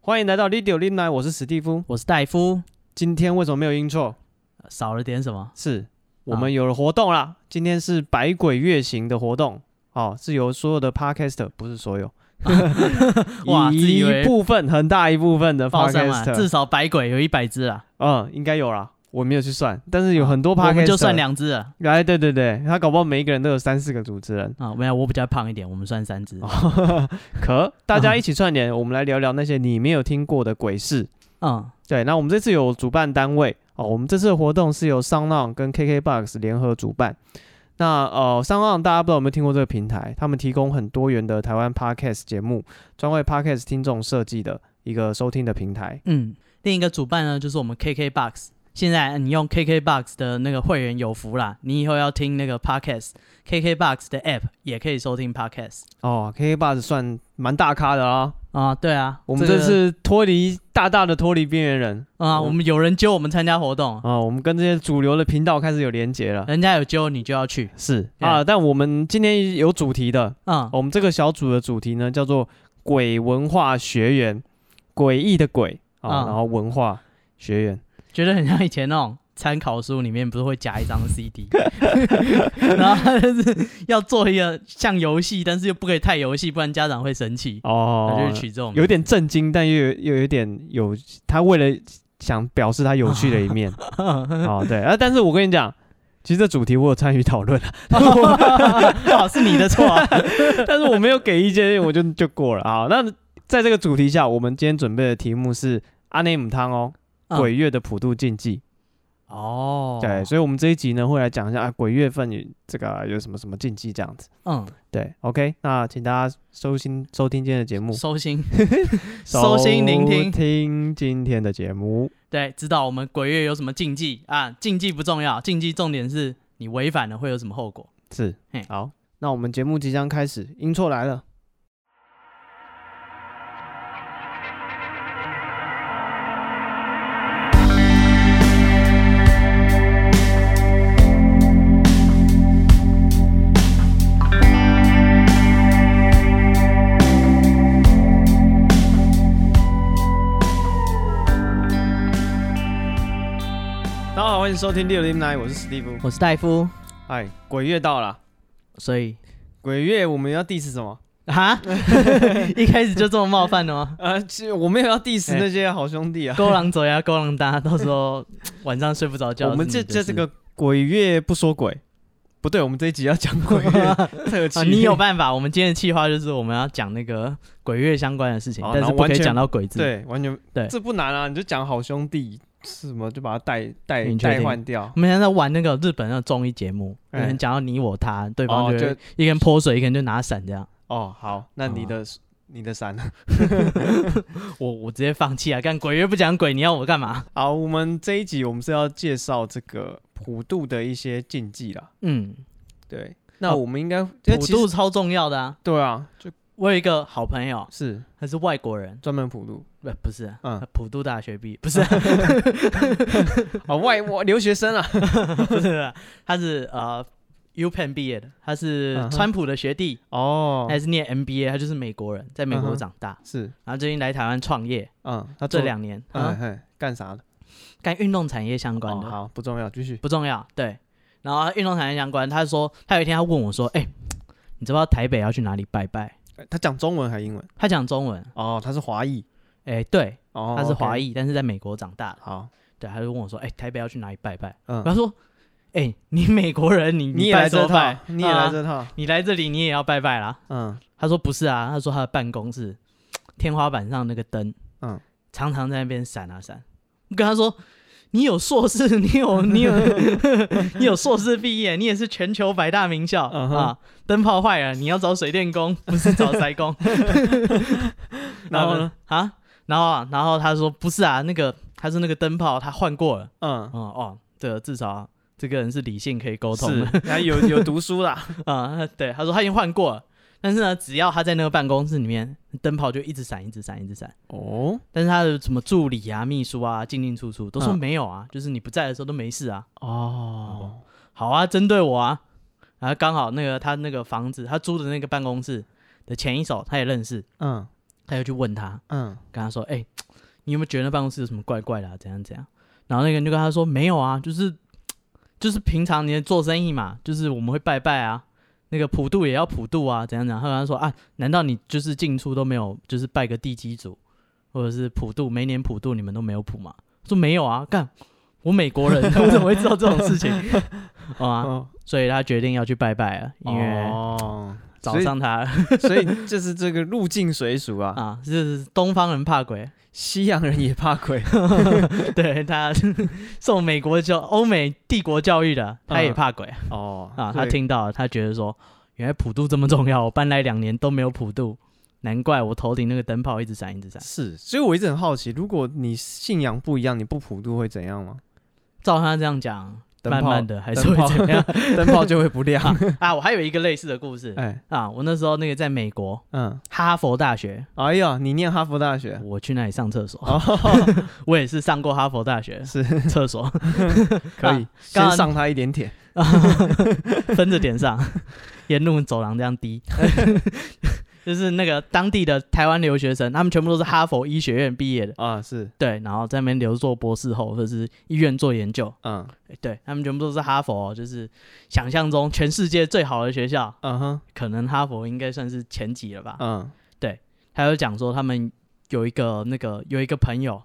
欢迎来到 Lidio l i n i 我是史蒂夫。我是戴夫，今天为什么没有音错？少了点什么？是我们有了活动啦！今天是百鬼月行的活动，哦，是由所有的 Podcaster，不是所有， 哇自一以为部分很大一部分的爆声啊，至 Podcaster，少百鬼有一百只啊，嗯，应该有啦，我没有去算，但是有很多 Podcaster，哦我们就算两只啊。哎，对对对，他搞不好每一个人都有三四个主持人，啊，没有，我比较胖一点，我们算三哦只。可大啊家一起串联，我们来聊聊那些你没有听过的鬼事。嗯，对，那我们这次有主办单位哦，我们这次的活动是由商浪跟 KKBOX 联合主办。那呃，商浪大家不知道有没有听过这个平台？他们提供很多元的台湾 Podcast 节目，专为 Podcast 听众设计的一个收听的平台。嗯，另一个主办呢，就是我们 KKBOX。现在啊你用 KKBOX 的那个会员有福啦，你以后要听那个 Podcast，KKBOX 的 App 也可以收听 Podcast 哦，KKBOX 算蛮大咖的啊，啊。对啊，我们这这个次脱离大大的脱离边缘人啊，我们有人揪我们参加活动，啊、我们跟这些主流的频道开始有连结了。人家有揪你就要去。是啊，但我们今天有主题的，嗯，哦我们这个小组的主题呢叫做“鬼文化学园”，诡异的鬼啊，嗯然后文化学园。觉得很像以前那种参考书里面不是会夹一张 CD，然后他就是要做一个像游戏，但是又不可以太游戏，不然家长会生气。他哦就，取这种有点震惊，但又有又有点有，他为了想表示他有趣的一 面啊、对啊，但是我跟你讲。其实这主题我有参与讨论啊， 哦，是你的错啊、但是我没有给意见，我就就过了啊。那在这个主题下，我们今天准备的题目是阿内姆汤哦，嗯鬼月的普渡禁忌。哦，对，所以，我们这一集呢会来讲一下啊，鬼月份有这个有什么什么禁忌这样子。嗯，对，OK，那请大家收听收听今天的节目，收心，收心聆听收听今天的节目。对，知道我们鬼月有什么禁忌啊？禁忌不重要，禁忌重点是你违反了会有什么后果。是嘿，好，那我们节目即将开始，音错来了。大家好，欢迎收听六零来，我是史蒂夫。我是戴夫，哎，鬼月到了，所以鬼月我们要 diss 什么？啊， 一开始就这么冒犯的吗？呃，其实 我们也要 diss 哎那些好兄弟 啊。勾狼走呀，勾狼搭，到时 候晚上睡不着觉。我们这是你的这这事 个鬼月不说鬼，不对，我们这一集要讲鬼月特辑、啊，你有办法？我们今天的计划就是我们要讲那个鬼月相关的事情，哦但然是后不可完以全讲到鬼字。，对，完全对这不难啊，你就讲好兄弟是什么，就把它带带你确带定换掉。我们现在在玩那个日本那个综艺节目，有哎人讲到你我他，哦对方就就会一个人泼水，一个人就拿伞这样。哦，好，那你的、你的伞。 我我直接放弃啊！干鬼月不讲鬼，你要我干嘛？好，我们这一集我们是要介绍这个普渡的一些禁忌啦。嗯，对，那哦我们应该、普普渡超重要的啊！对啊，就我有一个好朋友，是他是外国人，专门普渡不不是，嗯他普渡大学毕业，不是啊、哦，外我留学生啊，不是，他是呃 U Penn 毕业的，他是嗯哼川普的学弟， 哦他，也是念 MBA，他就是美国人，在美嗯国哼长大，是，然后最近来台湾创业，嗯，他这做，两年嗯啊，嘿，干啥的？跟运动产业相关哦，的好，不重要，继续。不重要，对。然后运动产业相关，他说他有一天他问我说：“哎，你知不知道台北要去哪里拜拜呃他讲中文还英文？”？他讲中文，哦，他是华裔，哎，对，哦，嗯他是华裔。裔，但是在美国长大的，好，对，他就问我说：“哎，台北要去哪里拜拜？”嗯他说：“哎，你美国人，你你也拜来什这么拜套？，你也来啊，这套，你来这里你也要拜拜啦。嗯，”他说：“不是啊，他说他的办公室天花板上那个灯，嗯常常在那边闪啊闪。我跟他说，你有硕士， 你有你有你有硕士毕业，你也是全球百大名校、嗯哼啊，灯泡坏了，你要找水电工， 不是找塞工。 然后呢？啊，然后啊，然后他说不是啊，那个他说那个灯泡他换过了，嗯，哦、哦，这至少、这个人是理性可以沟通是 的，他有有读书啦， 啊、对，他说他已经换过了。但是呢，只要他在那个办公室里面，灯泡就一直闪，一直闪，一直闪。哦但是他的什么助理啊、秘书啊，进进出出都说嗯没有啊，就是你不在的时候都没事啊。哦，好啊，针对我啊。然后刚好那个他那个房子，他租的那个办公室的前一手他也认识，嗯，他就去问他，嗯跟他说：“哎、你有没有觉得那办公室有什么怪怪的、啊？怎样怎样？”然后那个人就跟他说：“没有啊，就是就是平常你做生意嘛，就是我们会拜拜啊，那个普渡也要普渡啊，怎样怎样。”他跟他说：“啊，难道你就是进出都没有，就是拜个地基主，或者是普渡，每年普渡你们都没有普吗？”他说：“没有啊，干。”我美国人， 我怎么会知道这种事情？ 哦啊，哦，所以他决定要去拜拜了，因为哦，找上他了所以就是这个入境水俗啊，啊，就是东方人怕鬼，西洋人也怕鬼， 对他受美国教、欧美帝国教育的，嗯他也怕鬼、 哦啊。所他以听到了，他觉得说，原来普渡这么重要，我搬来两年都没有普渡，难怪我头顶那个灯泡一直闪一直闪。是，所以我一直很好奇，如果你信仰不一样，你不普渡会怎样吗？照他这样讲，灯泡慢慢的还是灯泡会怎样 灯泡就会不亮。 啊？我还有一个类似的故事哎，啊，我那时候那个在美国嗯，哈佛大学，哎呀，你念哈佛大学，我去那里上厕所，哦 我也是上过哈佛大学是厕所，可以啊刚先刚上他一点点。啊，分着点上， 沿路走廊这样滴， 就是那个当地的台湾留学生，他们全部都是哈佛医学院毕业的，啊，是，对，然后在那边留做博士后或者是医院做研究，嗯对他们全部都是哈佛哦、就是想象中全世界最好的学校，嗯哼，可能哈佛应该算是前几了吧。嗯他就讲说他们有一个那个有一个朋友，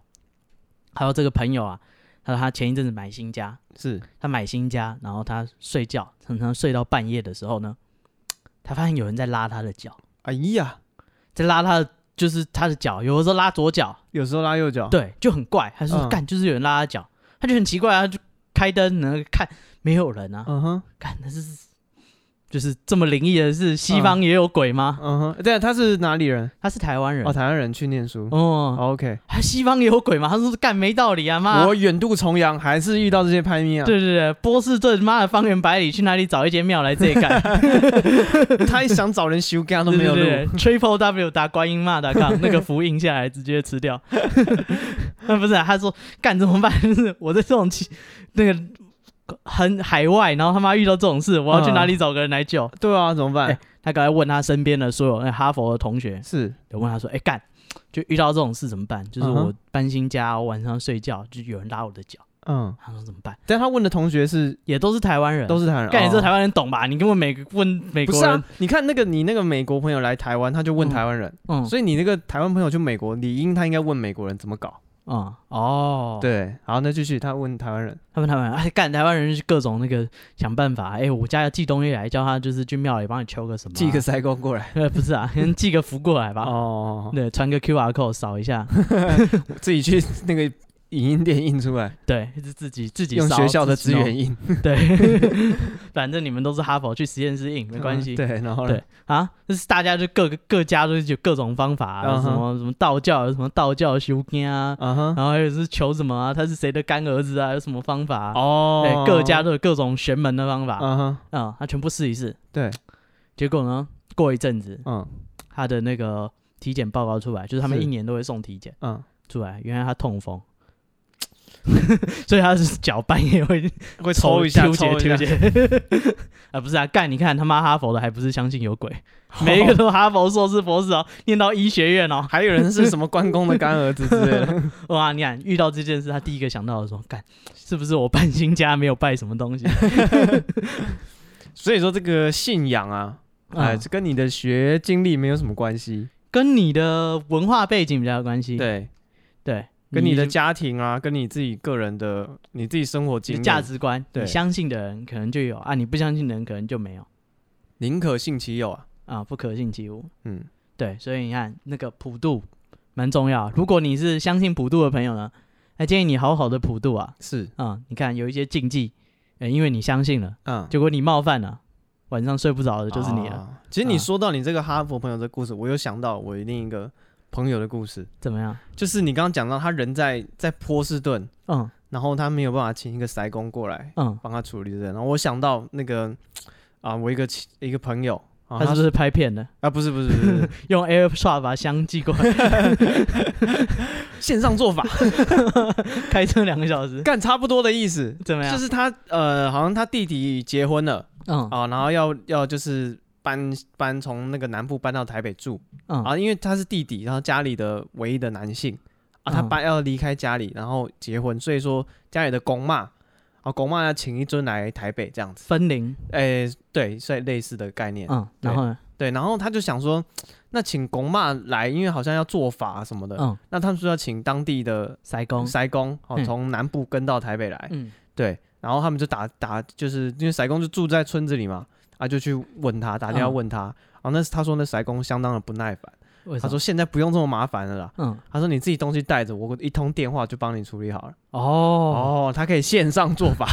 还有这个朋友啊，他说他前一阵子买新家，是，他买新家，然后他睡觉，常常睡到半夜的时候呢，他发现有人在拉他的脚，哎呀，在拉他的，就是他的脚，有的时候拉左脚，有时候拉右脚，，对，就很怪。他说哦嗯干、就是有人拉他脚，他就很奇怪啊，他就开灯然后看没有人啊，嗯哼，干那是就是这么灵异的事，西方也有鬼吗？嗯哼，对啊，他是哪里人？他是台湾人哦，台湾人去念书。哦， OK，他、西方也有鬼吗？他说干没道理啊，妈。我远渡重洋还是遇到这些拍咪啊，对对对，波士顿妈的方圆百里去哪里找一间庙来这里干？他想找人修干都没有对对路。对 Triple W 打观音骂打杠，那个符印下来直接吃 掉。 那不是、啊，他说干怎么办？ 就是我在这种奇那个很海外，然后他妈遇到这种事，我嗯要去哪里找个人来救？对啊，怎么办哎？他刚才问他身边的所有那哎哈佛的同学，是，有问他说：“哎、干，就遇到这种事怎么办？就是嗯哼我搬新家，我晚上睡觉就有人拉我的脚。嗯”，他说怎么办？但他问的同学是也都是台湾人，都是台湾人，干，你哦这台湾人懂吧？你根本美问美不国是人啊，？你看那个你那个美国朋友来台湾，他就问台湾人，嗯所以你那个台湾朋友去美国，理应他应该问美国人怎么搞。嗯哦，对，好，那继续，他问台湾人，他们台湾人哎干台湾人就是各种那个想办法，哎、我家要寄东西来，叫他就是去庙里帮你求个什么啊、寄个塞工过来。 呃 不是啊，先寄个符过来吧，哦，对，传个 Q R code 扫一 下，自己去那个影音店印出来，对，就自己自己用烧学校的自资己弄源印， 对，反正你们都是哈佛去实验室印没关系，嗯对，然后呢对？啊，就是大家就各个各家都有各种方法、啊，嗯哼什么什么道教有什么道教修根啊，嗯哼，然后还有是求什么啊，他是谁的干儿子啊，有什么方法、啊？哦哎，各家，都有各种玄门的方法，嗯哼，嗯，他全部试一试。对，结果呢，过一阵子，嗯他的那个体检报告出来，就是他们是一年都会送体检嗯，出来，原来他痛风， 所以他是脚半夜会 会 抽抽一下，纠结抽一下纠，结。啊，不是啊，干！你看他妈哈佛的还不是相信有鬼， 每一个都哈佛硕士博士哦，念到医学院哦，还有人是什么关公的干儿子之类 的，哇！你看遇到这件事，他第一个想到的说，干，是不是我搬新家没有拜什么东西？所以说这个信仰啊， 哎，嗯这跟你的学经历没有什么关系，跟你的文化背景比较有关系，对，对，跟你的家庭啊，跟你自己个人的你自己生活你经的历价，值观，对你相信的人可能就有啊，你不相信的人可能就没有宁可信其有啊，啊，不可信其无。嗯，对，所以你看那个普渡蛮重要。如果你是相信普渡的朋友呢，那建议你好好的普渡啊是，啊、你看有一些禁忌，呃，因为你相信了，嗯，结果你冒犯了，晚上睡不着的就是你了，哦其实你啊说到你这个哈佛朋友的故事，我有想到我另一个朋友的故事，怎么样？就是你刚刚讲到他人在在波士顿，嗯然后他没有办法请一个塞工过来嗯，帮他处理这个，然后我想到那个啊，我一个亲一个朋友。啊，他是不是拍片的？啊，不是不是不是不是 用 AirShot 把香寄 过来，线上做法，开车两个小时，干差不多的意思。啊怎么样？就是他呃，好像他弟弟结婚了嗯啊，然后要要就是搬搬从那个南部搬到台北住嗯，啊，因为他是弟弟，然后家里的唯一的男性啊，他嗯搬要离开家里，然后结婚，所以说家里的公妈啊，公妈要请一尊来台北这样子，分灵，哎、对，所以类似的概念，嗯，然后呢，对，然后他就想说，那请公妈来，因为好像要做法什么的，嗯，那他们说要请当地的塞工，塞工哦，嗯从南部跟到台北来，嗯，对，然后他们就打打，就是因为塞工就住在村子里嘛，啊，就去问他，打电话嗯问他，然后那他说那塞工相当的不耐烦，为什他么说现在不用这么麻烦了啦，嗯，他说你自己东西带着，我一通电话就帮你处理好了。哦，哦，他可以线上做 法，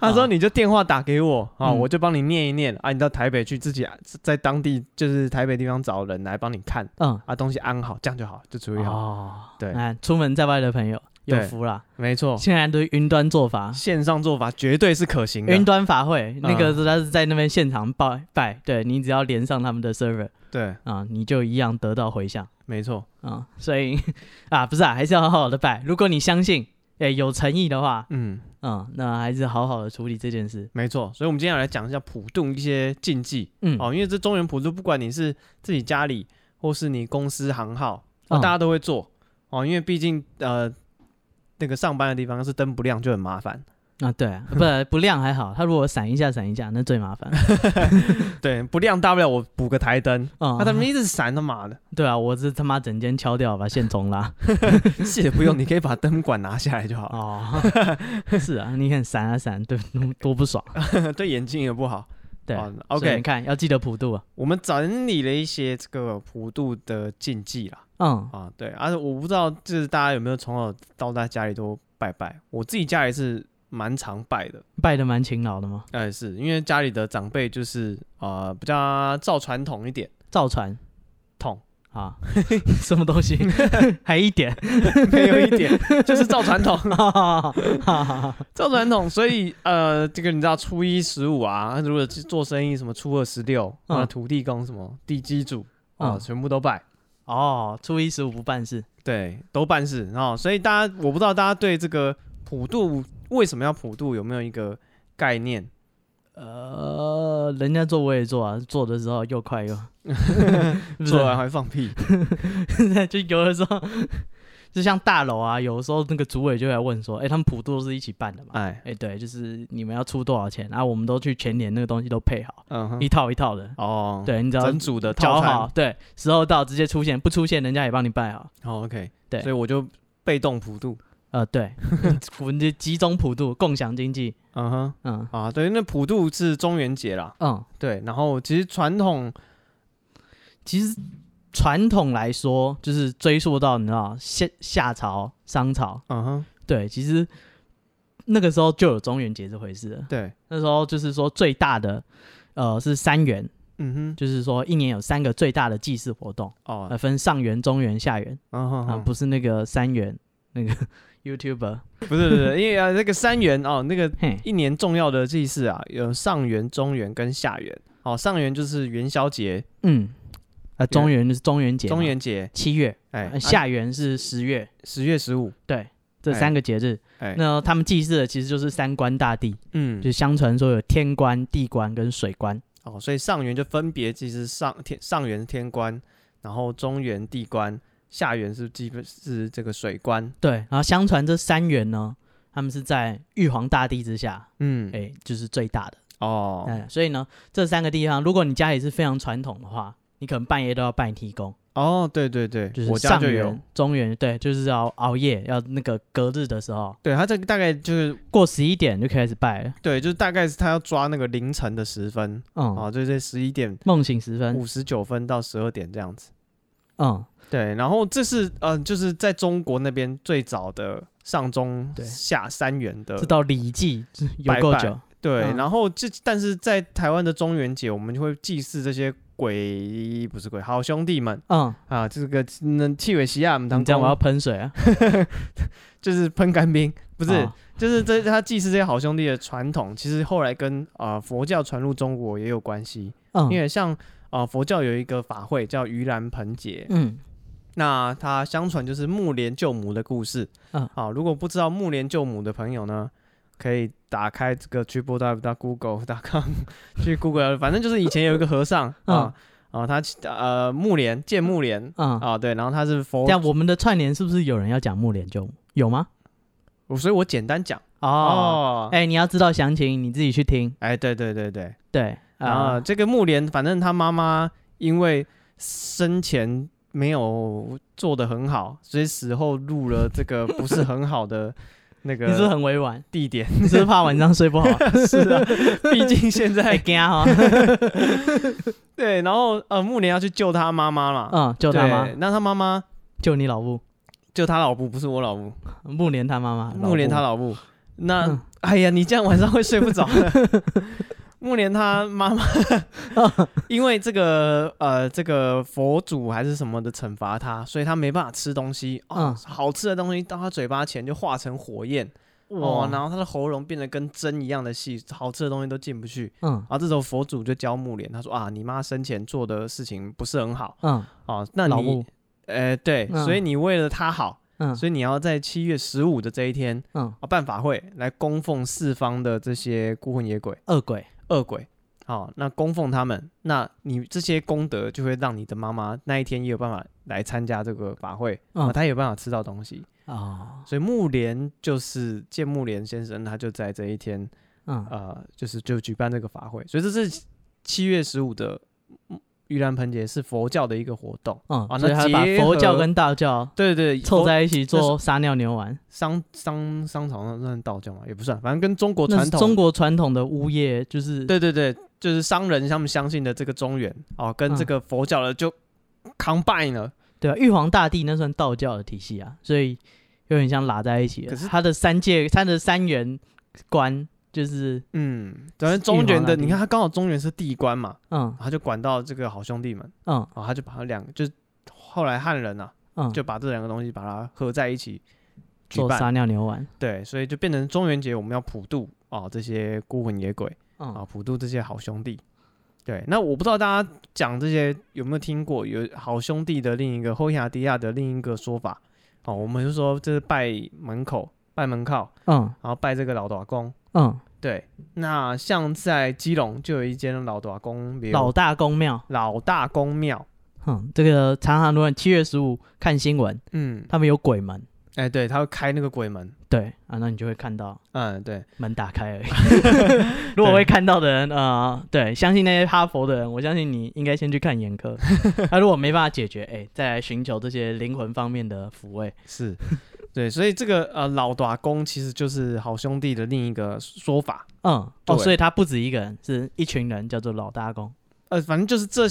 他说啊你就电话打给我啊，嗯我就帮你念一念啊，你到台北去自己在当地就是台北地方找人来帮你看嗯，啊，东西安好，这样就好，就处理好，哦，对哎，出门在外的朋友有对福啦，没错。现在都云端做法，线上做法绝对是可行的云，端法会那个嗯是他是在那边现场拜拜，对你只要连上他们的 server 对，啊，你就一样得到回响没错，啊，所以 啊不是啊，还是要好好的拜，如果你相信，哎有诚意的话，嗯，嗯，那还是好好的处理这件事，没错。所以，我们今天要来讲一下普渡一些禁忌嗯，哦，因为这中原普渡，不管你是自己家里或是你公司行号，哦嗯大家都会做哦，因为毕竟呃，那个上班的地方要是灯不亮就很麻烦。啊对 啊，不不亮还好，他如果闪一下闪一下，那最麻烦，对，不亮大不了我补个台灯，嗯啊，他们一直闪他妈的，对啊，我这他妈整间敲掉把线中啦。是也不用，你可以把灯管拿下来就好了，哦， 是啊，你看闪啊闪，对，多不爽。 对眼睛也不好。对呃啊哦所以你，OK，看要记得普渡啊。我们整理了一些这个普渡的禁忌啦，嗯，啊，对，而、且我不知道就是大家有没有从小到大家里都拜拜，我自己家里是蛮常拜的，拜的蛮勤劳的嘛，哎、是因为家里的长辈就是啊、呃比较照传统一点，造船统啊， 什么东西？ 还一点， 没有一点就是照传统， 哈哈哈照传统，所以呃，这个你知道初一十五啊，如果是做生意什么初二十六嗯啊，土地公什么地基主啊，嗯全部都拜，哦，初一十五不办事。对，都办事啊、哦。所以大家，我不知道大家对这个普渡为什么要普渡有没有一个概念？呃，人家做我也做啊，做的时候又快 又，不是做啊完还放屁， 就有的时候， 就像大楼啊，有的时候那个主委就会来问说，哎、他们普渡是一起办的嘛？哎，哎、对，就是你们要出多少钱，然、后我们都去全年那个东西都配好，嗯哼一，套一套的。哦，，对，你只要整组的缴套餐好，对，时候到直接出现，不出现人家也帮你办好。哦，OK，对所以我就被动普渡，呃， 对，我们就集中普渡，共享经济。嗯哼，嗯啊，对，那普渡是中元节啦，嗯，对，然后其实传统，其实传统来说，就是追溯到你知道夏夏朝、商朝，嗯哼，对，其实那个时候就有中元节这回事了。对，那时候就是说最大的，呃，是三元，嗯哼，就是说一年有三个最大的祭祀活动，呃，哦，分上元、中元、下元。嗯哼啊，哼。不是那个三元那 个 YouTuber，不是不是，因为啊，那个三元哦，那个嘿，一年重要的祭祀啊，有上元、中元跟下元。哦，上元就是元宵节、嗯，啊，中元就是中元节嘛，中元节，七月，哎，呃下元是十月，十月十五，对，这哎三个节日，哎，那他们祭祀的其实就是三官大帝，嗯就，相传说有天官、地官跟水官，哦，所以上元就分别祭祀上天上元是天官，然后中元地官，下元是基本是这个水官，对，然后相传这三元呢，他们是在玉皇大帝之下，嗯，哎，就是最大的，哦嗯，所以呢，这三个地方，如果你家里是非常传统的话，你可能半夜都要拜提公。哦，对对对就，我是家上就有元、，中元，对，就是要熬夜，要那个隔日的时候，对他这个大概就是过十一点就开始拜了。对，就是大概是他要抓那个凌晨的时分，嗯，哦，就这十一点梦醒时分。五十九分到十二点这样子。嗯，对，然后这是嗯、呃就是在中国那边最早的上中对下三元的这到《礼记》有呃拜够拜久。对，嗯然后这但是在台湾的中元节，我们就会祭祀这些鬼不是鬼好兄弟们嗯，啊，这个那气尾西亚们你当这样我要中喷水啊！就是喷干冰， 不不是，就是这他祭祀这些好兄弟的传统，其实后来跟啊、呃佛教传入中国也有关系，嗯，因为像啊、呃佛教有一个法会叫盂兰盆节，嗯那它相传就是木莲救母的故事。嗯啊，如果不知道木莲救母的朋友呢，可以打开这个 triple w dot google dot com 去 Google，反正就是以前有一个和尚啊啊，他呃木莲建木莲嗯，啊，对，然后他是佛这，样我们的串联是不是有人要讲木莲就有吗？我所以我简单讲哦，哦，哎，你要知道详情，你自己去听。哎，对对对对，对，然后啊，这个木莲，反正他妈妈因为生前没有做的很好，所以死后入了这个不是很好的 那你是不是个很委婉，地点。你是不是怕晚上睡不好？ 是 啊，毕 竟现太 在惊啊哈，对，然后呃，木莲要去救他妈妈嘛，嗯，救他妈对，，那他妈妈救你老母，救他老婆，不是我老婆，木莲他妈妈，木莲他老 婆。那、啊嗯哎呀，你这样晚上会睡不着的。 木莲他妈妈嗯 因为这个呃这个佛祖还是什么的惩罚他，所以他没办法吃东西。哦嗯好吃的东西到他嘴巴前就化成火焰，哦，然后他的喉咙变得跟针一样的细，好吃的东西都进不去。啊嗯然后这时候佛祖就教木莲，他说啊，你妈生前做的事情不是很好嗯，啊，那老你母，呃对，嗯所以你为了她好，嗯所以你要在七月十五的这一天嗯，啊，办法会来供奉四方的这些孤魂野鬼、恶鬼，恶鬼。好，那供奉他们，那你这些功德就会让你的妈妈那一天也有办法来参加这个法会，嗯啊，她也有办法吃到东西。哦，所以木莲就是建木莲先生，他就在这一天，嗯，呃，就是就举办这个法会。所以这是七月十五的嗯盂兰盆节，是佛教的一个活动。嗯啊，所以那他把结佛教合跟道教对对凑佛在一起做撒尿牛丸，商商商朝那算道教嘛，也不算，反正跟中国那传是统中国传统的屋业，就是对对对，就是商人他们相信的这个中原哦，跟这嗯个佛教的就 combine 了。对啊，玉皇大帝那算道教的体系啊，所以有点像拉在一起了。可是他的三界，他的三元观就是嗯，反正中原玉皇的，大帝你看他刚好中原是地官嘛，嗯他就管到这个好兄弟们，嗯哦，他就把他两个，就是后来汉人啊，嗯，就把这两个东西把它合在一起举做撒办。尿牛丸，对，所以就变成中元节我们要普渡啊、哦、这些孤魂野鬼啊、嗯普渡这些好兄弟。对，那我不知道大家讲这些有没有听过，有好兄弟的另一个后亚迪亚的另一个说法哦，我们就说这是拜门口、拜门靠，嗯然后拜这个老大公。嗯，对，那像在基隆就有一间老大公庙，老大公庙，老大公庙，嗯，这个常常论七月十五看新闻，嗯，他们有鬼门，哎、对，他会开那个鬼门，对啊，那你就会看到嗯，对，门打 开而已。如果会看到的人，呃，对，相信那些哈佛的人，我相信你应该先去看眼 科。那、如果没办法解决，哎、再来寻求这些灵魂方面的抚慰。是， 对，所以这个呃老大公其实就是好兄弟的另一个说法，嗯，对哦，所以他不止一个人，是一群人，叫做老大公，呃，反正就是这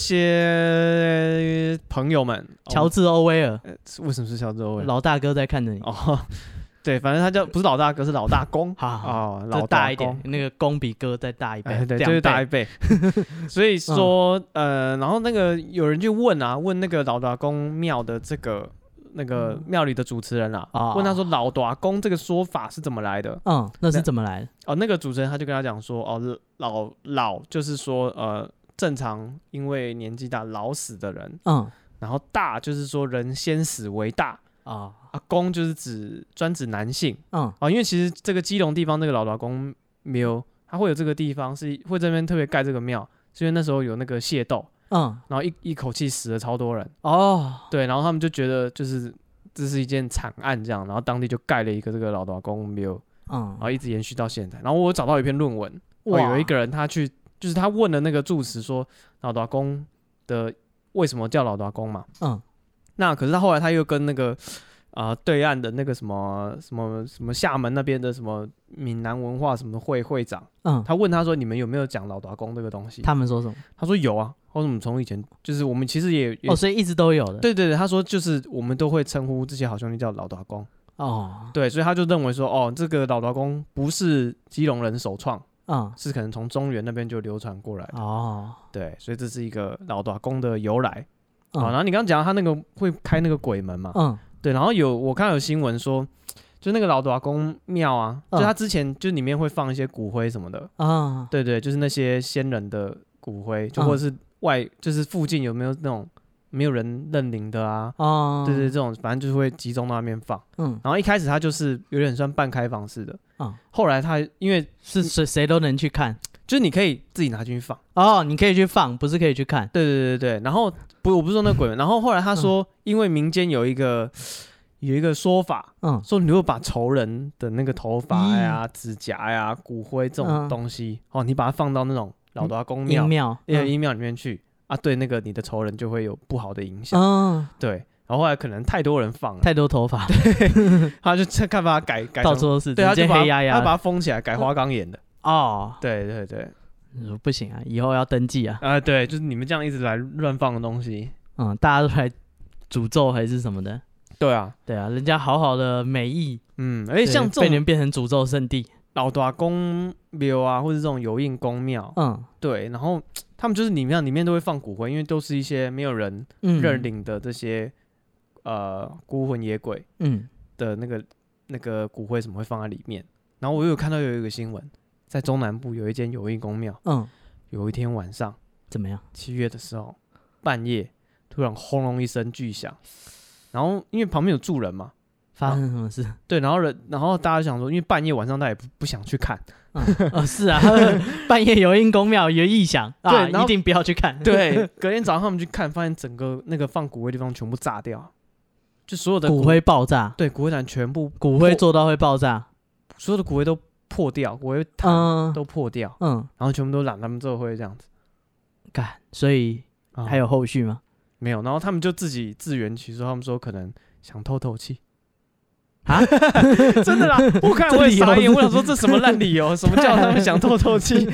些朋友们，乔哦、治·欧威尔，为什么是乔治欧文？老大哥在看着你。哦， 对，反正他叫不是老大哥，是老大 公好好好哦，这老大一公点，，那个公比哥再大一哎，倍，对，两就是大倍一倍。 所以说，呃，然后那个有人就问啊，问那个老大公庙的这个那嗯个庙里的主持人啊，啊问他说老大公这个说法是怎么来的？嗯，那是怎么来的？哦，那个主持人他就跟他讲说，哦，老老就是说，呃，正常因为年纪大老死的人，嗯然后大就是说人先死为大。啊啊，公就是指专指男性嗯啊，因为其实这个基隆地方这个老大公庙，它会有这个地方是会这边特别盖这个庙，是因为那时候有那个械斗，嗯然后一一口气死了超多人，哦对，然后他们就觉得就是这是一件惨案这样，然后当地就盖了一个这个老大公庙，然嗯后一直延续到现在。然后我找到一篇论文，哦，有一个人他去就是他问了那个住持说老大公的为什么叫老大公嘛，嗯那可是他后来他又跟那个啊、呃对岸的那个什么什么什么厦门那边的什么闽南文化什么会会长，嗯，他问他说你们有没有讲老达公这个东西？他们说什么？他说有啊，他说我们从以前就是我们其实也也、哦，所以一直都有的。对对对，他说就是我们都会称呼这些好兄弟叫老达公，哦，对，所以他就认为说哦这个老达公不是基隆人首创，嗯是可能从中原那边就流传过来的，哦，对，所以这是一个老达公的由来。嗯好、然后你刚刚讲到他那个会开那个鬼门嘛，嗯对，然后有我看到有新闻说，就那个老达公庙啊，就嗯他之前就里面会放一些骨灰什么的，嗯啊嗯对对，就是那些先人的骨灰，就或者是外，就是附近有没有那种没有人认领的啊，哦，对对，这种反正就是会集中到那边放。嗯，然后一开始它就是有点算半开放式的，嗯后来它因为是谁谁都能去看就是你可以自己拿进去放，哦，你可以去放，不是可以去看，对对对对对。然后不，我不是说那鬼门，然后后嗯来他说，因为民间有一个有一个说法，嗯，说你如果把仇人的那个头发呀、指甲呀、骨灰这种嗯东西，哦，你把它放到那种老多阿公阴庙、庙，呃嗯阴庙里面去啊，对那个你的仇人就会有不好的影响。嗯，对，然后后来可能太多人放了，太多头发，他就趁看把它改改到成处都是，对，直他接就把黑它压嗯他把压它封起来，改花岗岩的。哦，对对对，嗯不行啊，以后要登记啊，啊、对，就是你们这样一直来乱放的东西。嗯，大家都来诅咒还是什么的，对啊，对啊，人家好好的美意，嗯，而且对像这被你种们变成诅咒圣地，老大公庙啊，或者这种油印公庙，嗯对，然后他们就是里面里面都会放骨灰，因为都是一些没有人嗯，认领的这些、呃孤魂野鬼嗯，的那个那个骨灰，怎么会放在里面？然后我有看到有一个新闻，在中南部有一间油印公庙，嗯，有一天晚上怎么样？七月的时候，半夜突然轰隆一声巨响，然后因为旁边有住人嘛，发生什 么事？对，然后人，然后大家想说，因为半夜晚上大家也不不想去看，哦，是啊， 半夜有阴公庙有异响啊，对然后一定不要去 看。对，隔天早上他们去看，发现整个那个放骨灰的地方全部炸掉，就所有的骨灰爆炸，对骨灰坛全部骨灰做到会爆炸。所有的骨灰都破掉，骨灰坛嗯都破掉，嗯，然后全部都染他们这灰这样子。干，所以啊还有后续 吗？没有？然后他们就自己自圆其说，他们说可能想透透气。啊， 真的啦！我看我也 傻这理眼，由我想说这什么烂理由？什么叫他们想透透 气？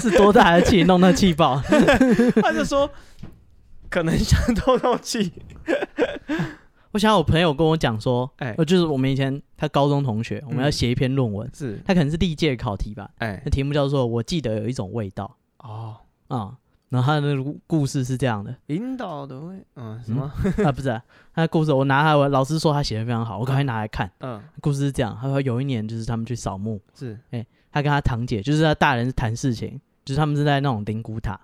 是多大的气弄到气爆？ 他就说可能想透透气。我想我朋友跟我讲说，哎呃就是我们以前他高中同学，我们要嗯写一篇论文，是，他可能是历届考题吧，哎，那题目叫做“我记得有一种味道哦，”啊。然后他的那个故事是这样的引导的位，嗯，什么？啊，不是啊他的故事，我拿他我老师说他写的非常好，我赶快拿来看。嗯，故事是这样，他说有一年就是他们去扫墓，是，他跟他堂姐，就是他大人谈事情，就是他们是在那种灵骨塔，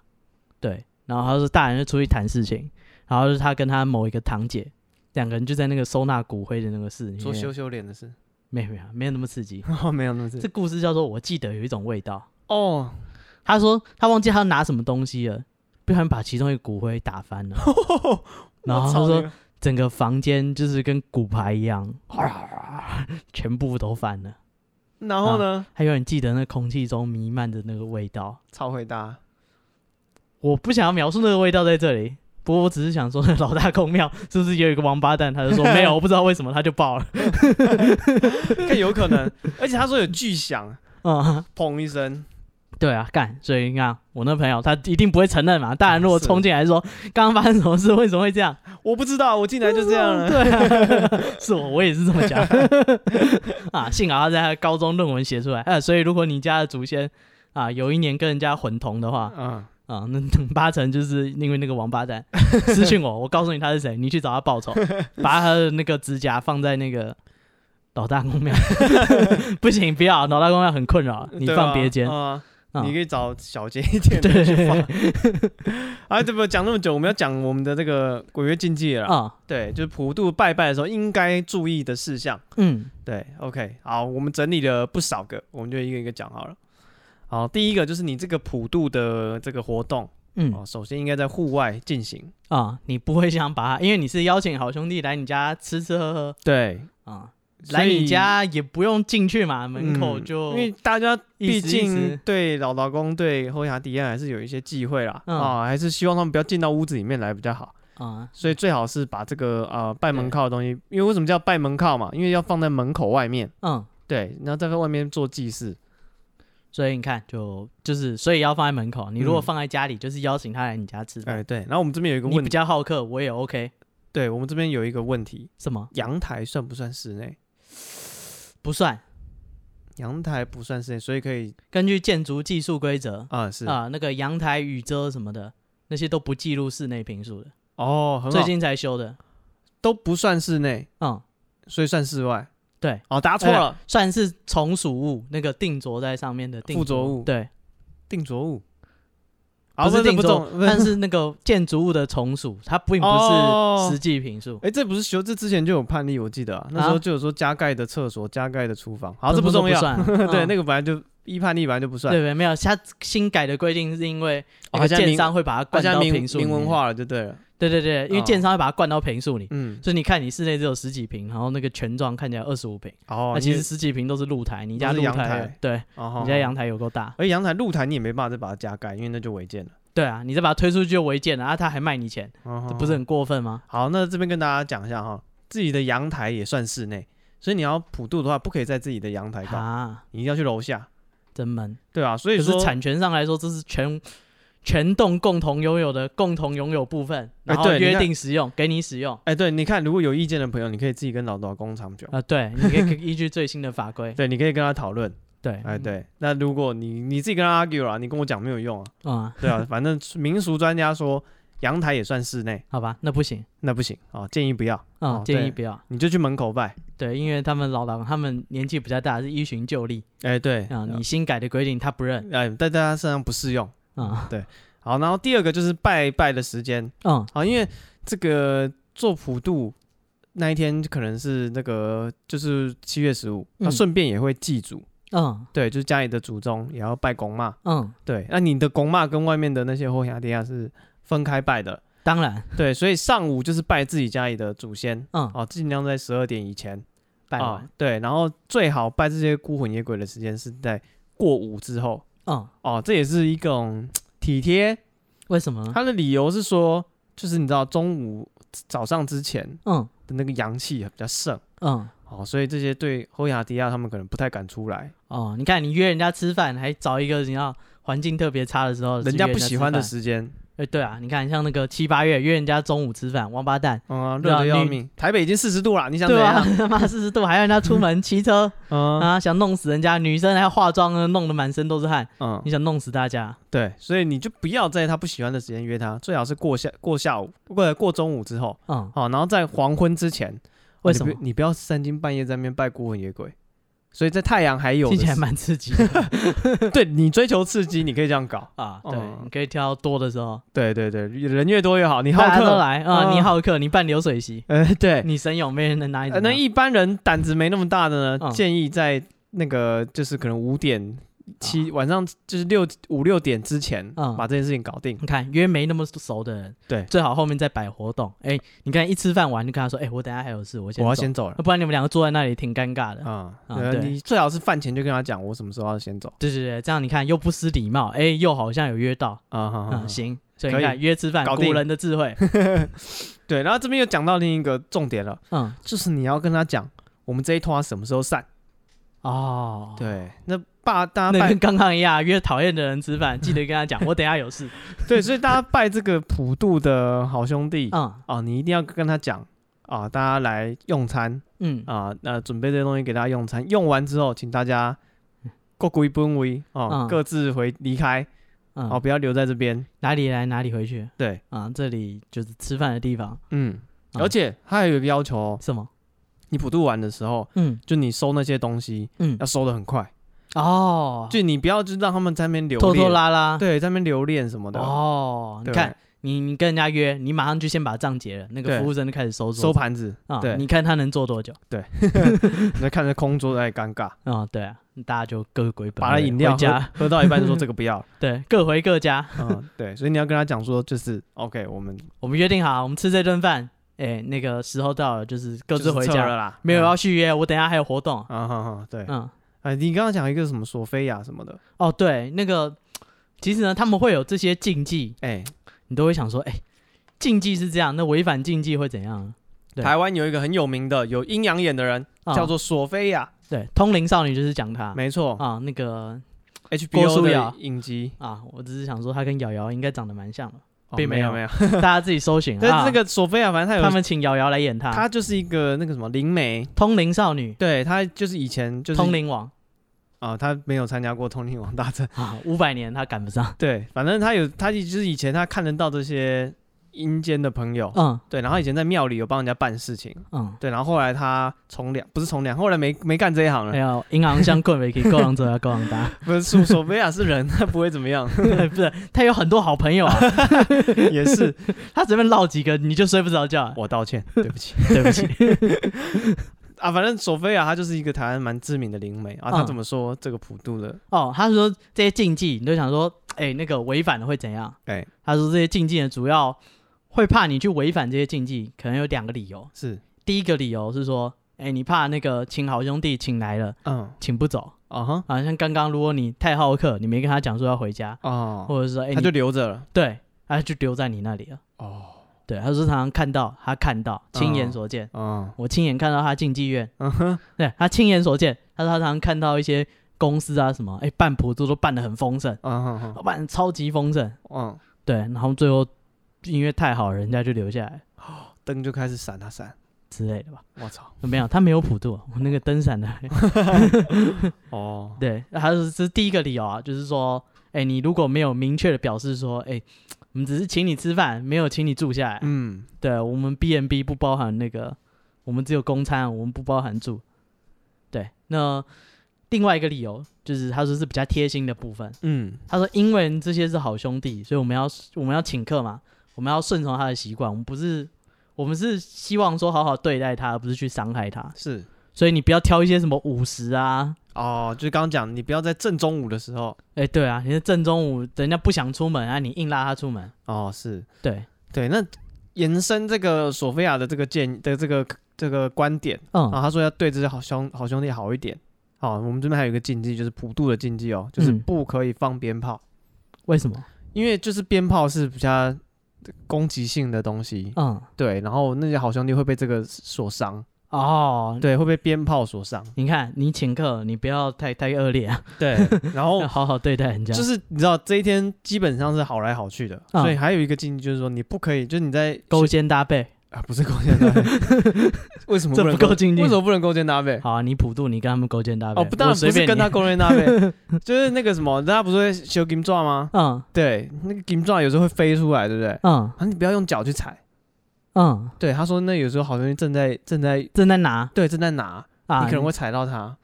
对，然后他说大人就出去谈事情，然后就是他跟他某一个堂姐，两个人就在那个收纳骨灰的那个室里说面羞，羞脸的事。 没有没有没有那么刺激。哦，没有那么这故事叫做我记得有一种味道，哦，他说他忘记他拿什么东西了，不小心把其中一个骨灰打翻了， 然后他我操说你整个房间就是跟骨牌一样，全部都翻了，然后 呢，还有人记得那空气中弥漫的那个味道。超回答，我不想要描述那个味道在这里，不过我只是想说，老大公庙是不是也有一个王八蛋？他就说没有，我不知道为什么他就爆了。 看有可能，而且他说有巨响，嗯，砰一声，对啊，干，所以你看我那朋友他一定不会承认嘛。大人如果是冲进来说 刚刚发生什么事，为什么会这样？我不知道，我进来就这样了。对啊， 是我，我也是这么想 啊。幸好他在他高中论文写出来，啊，所以如果你家的祖先啊有一年跟人家混同的话嗯，啊，那八成就是因为那个王八蛋私讯我，我告诉你他是谁，你去找他报仇，把他的那个指甲放在那个老大公庙， 不行，不要，老大公庙很困扰，你对放啊别间。啊，啊你可以找小间一点的去放。 啊，对不？讲那么久，我们要讲我们的这个鬼月禁忌了啦。啊，对，就是普渡拜拜的时候应该注意的事项。嗯，对，OK，好，我们整理了不少个，我们就一个一个讲好了。好，第一个就是你这个普渡的这个活动，嗯哦，首先应该在户外进行。啊，你不会想把他，因为你是邀请好兄弟来你家吃吃喝喝对，啊，所来你以家也不用进去嘛，门口嗯就因为大家意毕思意竟思对老老公对后雅迪安还是有一些忌讳啦，嗯啊，还是希望他们不要进到屋子里面来比较好。啊，所以最好是把这个呃拜门对靠的东西，因为为什么叫拜门靠嘛？因为要放在门口外面，嗯，对，然后再在外面做祭祀。所以你看，就就是，所以要放在门口。你如果嗯放在家里，就是邀请他来你家吃饭哎，。对。然后我们这边有一个你问比题，较好客，我也 OK。对我们这边有一个问题，什么阳台算不算室内？不算？阳台不算室内，所以可以根据建筑技术规则啊、是啊，那个阳台、雨遮什么的，那些都不计入室内平数的，哦，很好最近才修的。都不算室内，嗯，所以算室外。对，哎哦，答错了，算是从属物，那个定着在上面的定附着物对，定着物。啊，不是这定不做，重，但是那个建筑物的从 属，它并不哦是实际平数。哎，这不是修，这之前就有判例，我记得啊，那时候啊就有说加盖的厕所、加盖的厨房，好，这不不重要，算啊 对，嗯那个本来就一判例本来就不算对，对，没有，它新改的规定是因为哦那好个像建明商会把它大灌家到明平数里明文面，化了就对了，对对对，因为哦建商会把它灌到平数里，嗯，所以你看你室内只有十几平，然后那个全幢看起来二十五平，哦那，其你实十几平都是露台，你家都露是阳台对，哦，你家阳台，台有够大，而且阳台露台你也没办法再把它加盖，因为那就违建了，对啊，你再把它推出去就违建了，啊，他还卖你钱，哦这不是很过分吗？好，那这边跟大家讲一下哈，自己的阳台也算室内，所以你要普渡的话，不可以在自己的阳台搞，啊，你一定要去楼下，真闷。对啊，所以可说是产权上来说，这是全全栋共同拥有的共同拥有部分，然后哎对你约看定使用，给你 使用。哎、对，你看，如果有意见的朋友，你可以自己跟老老公长久，啊，对，你可以依据最新的法规，对，你可以跟他讨论。对，哎、， 对，那如果你你自己跟他 argue 啦，你跟我讲没有用啊，嗯，对啊，反正民俗专家说阳台也算室内，好吧，那不行，那不行啊、建议不要，哦嗯，建对议不要，你就去门口拜。对，因为他们老狼他们年纪比较大，是依循旧例哎、对，啊，你新改的规定他不认哎、在大家身上不适用。啊，好，然后第二个就是拜拜的时间嗯，啊，因为这个做普渡那一天可能是那个就是七月十五，那嗯顺便也会祭祖，嗯，对，就是家里的祖宗也要拜公嘛。嗯，对，那你的公妈跟外面的那些后亚迪亚是分开拜的，当然，对，所以上午就是拜自己家里的祖先，嗯，哦，尽量在十二点以前拜啊完，对，然后最好拜这些孤魂野鬼的时间是在过午之后，嗯，哦，这也是一种体贴，为什么呢？他的理由是说，就是你知道中午早上之前嗯的那个阳气比较盛，嗯。哦，所以这些对后亚迪亚他们可能不太敢出来，哦，你看你约人家吃饭，还找一个你要环境特别差的时候，人去家约不喜欢的吃时间，饭。哎，对啊，你看像那个七八月约人家中午吃饭，王八蛋，嗯啊，热对啊的要你命，台北已经四十度了，你想怎对啊 样？，他妈四十度还要人家出门骑车嗯啊，想弄死人家，女生还要化妆呢，弄得满身都是汗，嗯你，想弄死大家？对，所以你就不要在他不喜欢的时间约他，最好是过下过下午，过过中午之后，嗯，好、然后在黄昏之前。哦为你什不么你不要三更半夜在那边拜孤魂野鬼，所以在太阳还有听的起来时蛮刺激的对你追求刺激，你可以这样搞。 啊。哦对，你可以挑多的时候，对对对，人越多越好。你好大家都客，来啊，嗯你好客，你办流水 席，呃，对，你神勇，没人能拿你呃怎那么样。一般人胆子没那么大的呢，嗯建议在那个就是可能五点七、晚上就是六五六点之前、嗯把这件事情搞定。你看约没那么熟的人，对最好后面再摆活动。哎，你看一吃饭完就跟他说，哎，我等下还有事，我先我要走先走了那不然你们两个坐在那里挺尴尬的。啊、啊呃对你最好是饭前就跟他讲我什么时候要先走对对对，这样你看又不失礼貌，哎，又好像有约到，啊。好好好嗯，行，所以可你以看约吃饭，搞定古人的智慧， 对，然后这边又讲到另一个重点了，嗯，就是你要跟他讲我们这一团什么时候散。哦，，对，那拜大家那拜跟刚刚一样，约讨厌的人吃饭，记得跟他讲，我等一下有 事， 对，所以大家拜这个普渡的好兄弟 嗯啊，你一定要跟他讲啊，大家来用餐嗯，啊，那准备这些东西给大家用餐，用完之后，请大家各归本位啊，嗯各自回离开啊，嗯，不要留在这边。哪里来哪里回去，对，啊，这里就是吃饭的地方，嗯，嗯而且他还有一个要求哦，什么？你普渡完的时候，嗯就你收那些东西嗯要，收的很快，哦，就你不要就让他们在那边留拖拖恋，拉拉，对，在那边留恋什么的。哦，你对看。你你跟人家约，你马上就先把账结了，那对个服务生就开始收收桌子盘 子，啊，对你看他能做多久你在看着空桌在尴尬，啊？对啊，大家就各归本把他位，饮料回家喝喝到一半就说这个不 要，对，各回各家。嗯，对，所以你要跟他讲说，就是 OK，我们我们约定好，我们吃这顿饭，哎、那个时候到了，就是各自回就是撤家，了啦，没有嗯要续约，我等一下还有活动。啊哈哈， 对，嗯，哎，你刚刚讲一个什么索菲亚什么的，哦，对，那个其实呢，他们会有这些禁忌，哎，你都会想说，哎、禁忌是这样，那违反禁忌会怎样啊？对台湾有一个很有名的有阴阳眼的人，啊叫做索菲亚，对，通灵少女就是讲她没错啊，那个郭，HBO 书瑶的影集，啊，我只是想说她跟瑶瑶应该长得蛮像的，哦并没没有没有，大家自己搜寻 但啊。是这个索菲亚，反正他啊他有，们请瑶瑶来演她，他就是一个那个什么灵媒，通灵少女、对他就是以前就是通灵王啊，他没有参加过通灵王大战， 啊，五百年她赶不上。对，反正他有他就是以前他看得到这些阴间的朋友，嗯对，然后以前在庙里有帮人家办事情，嗯，对，然后后来他从良，不是从良，后来没没干这一行了，还有哎银行相棍，也可以够狼 者啊，够狼搭，不是索索菲亚是人，他不会怎么 样，对不是他有很多好 朋友啊，也是，他随便唠几个你就睡不着觉啊，我道歉，对不起对不起， 啊，反正索菲亚她就是一个台湾蛮知名的灵媒啊，她嗯怎么说这个普渡的？ 哦，他说这些禁忌，你就想说，哎、那个违反了会怎样？哎，他说这些禁忌呢，主要会怕你去违反这些禁忌，可能有两个理由。是，第一个理由是说，哎、你怕那个请好兄弟请来了，嗯，请不走啊哈，啊。像刚刚，如果你太好客，你没跟他讲说要回家，哦，或者是说，哎、他就你留着了，对，他就丢在你那里了。哦，对，他说常常看到，他看到，亲眼所见，嗯，我亲眼看到他进妓院，嗯哼，对他亲眼所见，他说他常常看到一些公司啊什么，哎、办普渡都办得很丰盛，嗯哼哼，办得超级丰盛。嗯，对，然后最后因为太好，人家就留下来灯就开始闪啊闪，之类的吧。我操，没有，他没有普渡，啊我那个灯闪的。哦，对，还有这是第一个理由啊，就是说，哎，你如果没有明确的表示说，哎，我们只是请你吃饭，没有请你住下来，嗯，对我们 B N B 不包含那个，我们只有公餐，我们不包含住。对，那另外一个理由就是他说是比较贴心的部分，嗯，他说因为这些是好兄弟，所以我们要我们要请客嘛，我们要顺从他的习惯，我们不是我们是希望说好好对待他，而不是去伤害他。是，所以你不要挑一些什么五十啊，哦，就是刚刚讲，你不要在正中午的时候，哎，对啊，你是正中午，人家不想出门啊，你硬拉他出门，哦，是，对，对，那延伸这个索菲亚的这个建议的这个这个观点嗯，啊，他说要对这些好兄好兄弟好一点。好，我们这边还有一个禁忌，就是普渡的禁忌哦，就是嗯不可以放鞭炮，为什么？因为就是鞭炮是比较攻击性的东西，嗯，对，然后那些好兄弟会被这个所伤，哦，对，会被鞭炮所 伤，你看你请客，你不要太太恶劣啊，对，然后要好好对待人家，哦就是你知道这一天基本上是好来好去的，嗯所以还有一个禁忌就是说你不可以，就是你在勾肩搭背。啊不是勾肩搭背， 为什么这能不够勾禁忌为什么不能勾肩搭背？好啊，你普渡，你跟他们勾肩搭背，哦，不，当然我随不是便跟你他，工人搭配， 就是那个什么，大家不是会修金爪吗？嗯对，那个金爪有时候会飞出来，对不对？嗯啊，你不要用脚去踩。嗯，对，他说那有时候好东西正在正在正在拿对正在拿，啊，你可能会踩到它。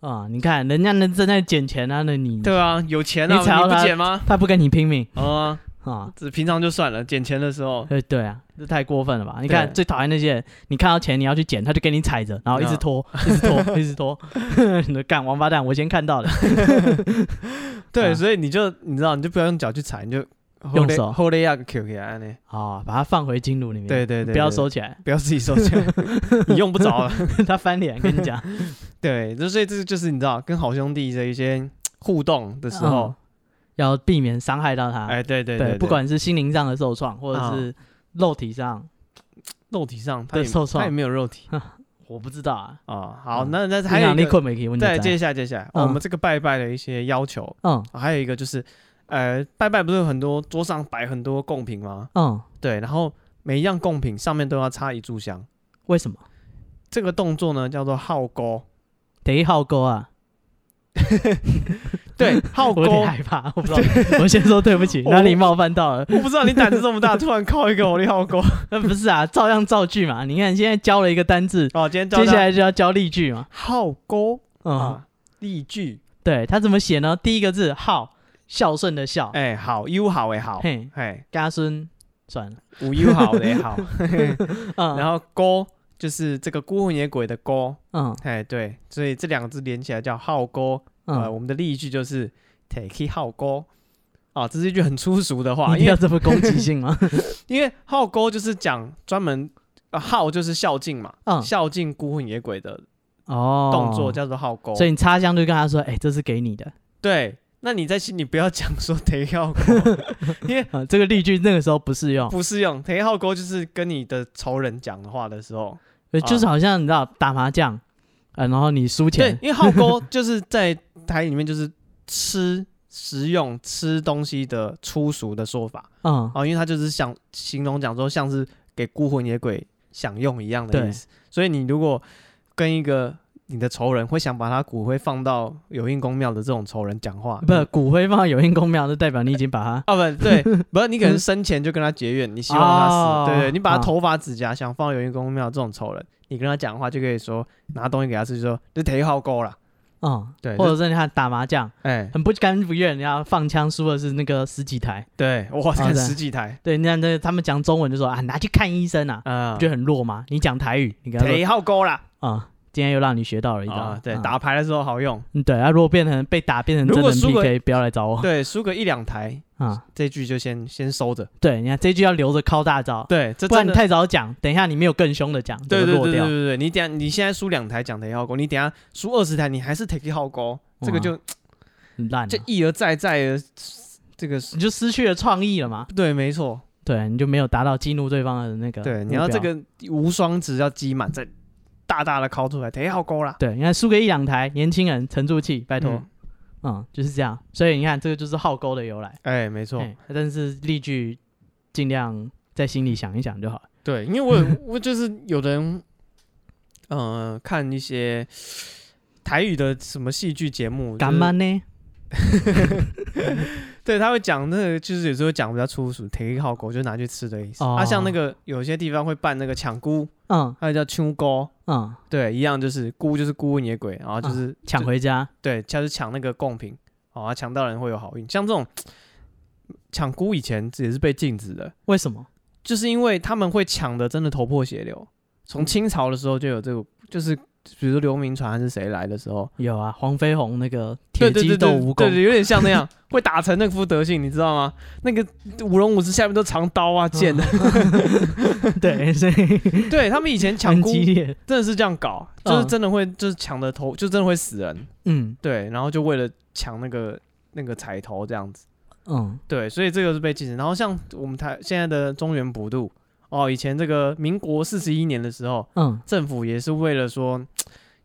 啊、你看人家那正在捡钱啊，那你对啊，有钱啊，你踩到你不它捡吗？他不跟你拼命啊，啊？只平常就算了，捡钱的时候，对对啊，这太过分了吧？你看对最讨厌那些人，你看到钱你要去捡，他就给你踩着，然后啊一直拖，一直拖，一直拖， 你就干王八蛋！我先看到了，对，啊所以你就你知道，你就不要用脚去踩，你就用手 hold it up Q 起来呢。啊、把它放回金炉里面，对对对，不要对收，起来，哎 不要自己收 起来，你用不着了。他翻脸跟 你讲。对，就所以这就是你知道，跟好兄弟的一些互动的时候嗯，要避免伤害到他，哎，对对对，不管是心灵上的受创，或者啊是肉体上，肉体上，他对也受他也创没有肉体我不知道啊。啊。好，嗯那那还还有有一那个，困没可以问再你接在，下来接下来，哦我嗯们这个拜拜的一些要求，嗯啊还有一个就是，呃，拜拜不是有很多桌上摆很多贡品吗？嗯，对，然后每一样贡品上面都要插一炷香，为什么？这个动作呢叫做号勾。得一号勾啊， 对，号勾我有，点害怕，我不知道，我先说对 不起，我哪里冒犯到了？我不知道你胆子这么大，突然靠一个我的号勾。呃，不是啊，照样造句嘛。你看现在教了一个单字，哦，今天教接下大家来就要教例句嘛。号勾嗯，啊，例句，对，它怎么写呢？第一个字好，孝顺的孝，哎，好，优好哎好，嘿，哎，家孙算了，无优好的也好， 嗯然后勾就是这个孤魂野鬼的勾。嗯哎，对，所以这两个字连起来叫号勾。呃，嗯，我们的例句就是 “take 号勾”。啊，这是一句很粗俗的话， 你因一定要为这么攻击 性吗？因为号勾就是讲专门、呃、号就是孝敬嘛，嗯孝敬孤魂野鬼的 哦，动作叫做号勾。所以你插香就跟他说，哎，这是给你的。对，那你在心里不要讲说 “take 号勾”，因为啊，这个例句那个时候不适用，不适用。“take 号勾”就是跟你的仇人讲的话的时候，呃就是好像你知道打麻将，啊，然后你输啊对钱，，因为号勾 就是在台语里面就是吃食用吃东西的粗俗的说法。嗯哦，因为它就是想形容讲说像是给孤魂野鬼享用一样的意思，所以你如果跟一个你的仇人会想把他骨灰放到有印公庙的这种仇人讲话，不，骨灰放到有印公庙，就代表你已经把它啊，不对， 不是你可能生前就跟他结怨，你希望他死，哦对对，你把哦他头发、指甲想放有印公庙这种仇人，你跟他讲话就可以说拿东西给他吃，就说这忒好勾啦，嗯，对或就者是你看打麻将，哎，很不甘不愿，人家放枪输的是那个十几台，对，哇，看哦对十几台对，那那他们讲中文就说啊，拿去看医生啊，啊不，觉得很弱吗？你讲台语，你跟他说忒好勾啦啊、今天又让你学到了一啊招，，对，嗯打牌的时候好用，嗯对啊，如果变成被打变成如真果人输了 PK，不要来找我对，输个一两台，啊、这句就先先收着，对，你看这句要留着靠大招，对，这不真然的。你太早讲，等一下你没有更凶的讲，对就对落对对掉对。对，你等下你现在输两台讲忒好勾，你等下输二十台你还是忒好勾，这个哇就很烂啊、就一而再再而这个你就失去了创意了嘛？对，没错，对，你就没有达到激怒对方的那个。对，你要这，个无双值要积满，再大大的敲出来，忒好勾啦。对，你看输给一两台年轻人沉住气，拜拜托，嗯就是这样。所以你看，这个就是好勾的由来。哎、没错，哎但是例句尽量在心里想一想就好了。对，因为我有我就是有的人，呃，看一些台语的什么戏剧节目，干就是嘛呢？对，他会讲那个，就是有时候讲比较粗俗，忒好勾就拿去吃的意思。哦啊，像那个有些地方会办那个抢菇，嗯还有叫秋菇，嗯，对，一样就是菇就是孤魂野鬼，然后就是、抢就回家。对，他是抢那个贡品，哦，他抢到人会有好运。像这种抢菇以前也是被禁止的，为什么？就是因为他们会抢的真的头破血流。从清朝的时候就有这个，就是比如说刘铭传还是谁来的时候，有啊，黄飞鸿那个对铁对鸡对斗对蜈对蚣，对，有点像那 样，会打成那副德性，你知道吗？那个舞龙舞狮下面都藏刀嗯啊、剑的， 对，所以对他们以前 抢 很菇激烈。真的是这样搞，就是嗯真的会就是抢的头，就真的会死人，嗯对，然后就为了抢那个那个彩头这样子。嗯，对，所以这个是被禁止。然后像我们台现在的中原普渡，哦，以前这个民国四十一年的时候，嗯，政府也是为了说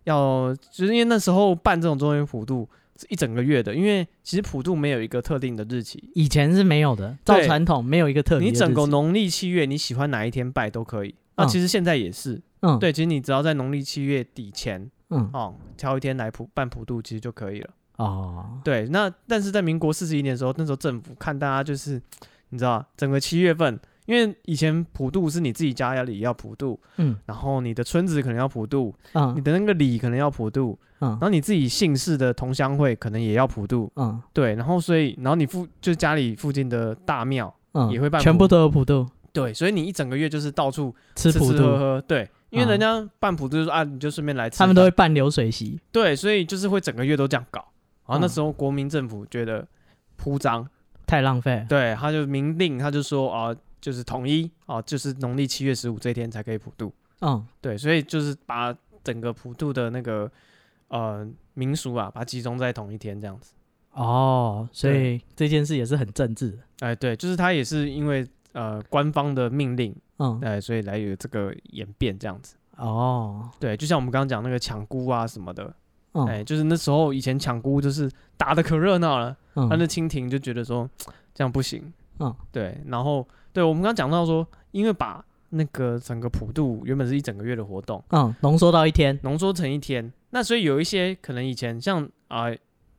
要，就是因为那时候办这种中原普渡是一整个月的，因为其实普渡没有一个特定的日期，以前是没有的，照对传统没有一个特别的你日期。整个农历七月你喜欢哪一天拜都可以。那、嗯其实现在也是，嗯对，其实你只要在农历七月底前嗯哦，挑一天来普办普渡，其实就可以了。哦对，那但是在民国四十一年的时候，那时候政府看大家就是，你知道，整个七月份，因为以前普渡是你自己家里要普渡，嗯然后你的村子可能要普渡，你嗯的那个里可能要普渡，嗯然后你自己姓氏的同乡会可能也要普渡，嗯对，然后所以，然后你附就是家里附近的大庙，嗯，也会办全普部渡都有普渡，对，所以你一整个月就是到处吃吃普喝渡，啊喝，对，因为人家办普渡就说啊，你就顺便来吃饭，他们都会办流水席。对，所以就是会整个月都这样搞，然后那嗯时候国民政府觉得铺张。太浪费了。对，他就明令，他就说啊、就是统一啊、就是农历七月十五这一天才可以普渡。嗯对，所以就是把整个普渡的那个呃民俗啊，把它集中在同一天这样子。哦，所对以这件事也是很政治的。哎、对，就是他也是因为呃官方的命令，嗯哎、所以来有这个演变这样子。哦对，就像我们刚刚讲那个抢菇啊什么的，哎、嗯就是那时候以前抢菇就是打的可热闹了，他嗯那清廷就觉得说这样不行，嗯，对，然后对我们刚刚讲到说，因为把那个整个普渡原本是一整个月的活动，嗯，浓缩到一天。浓缩成一天，那所以有一些可能以前像啊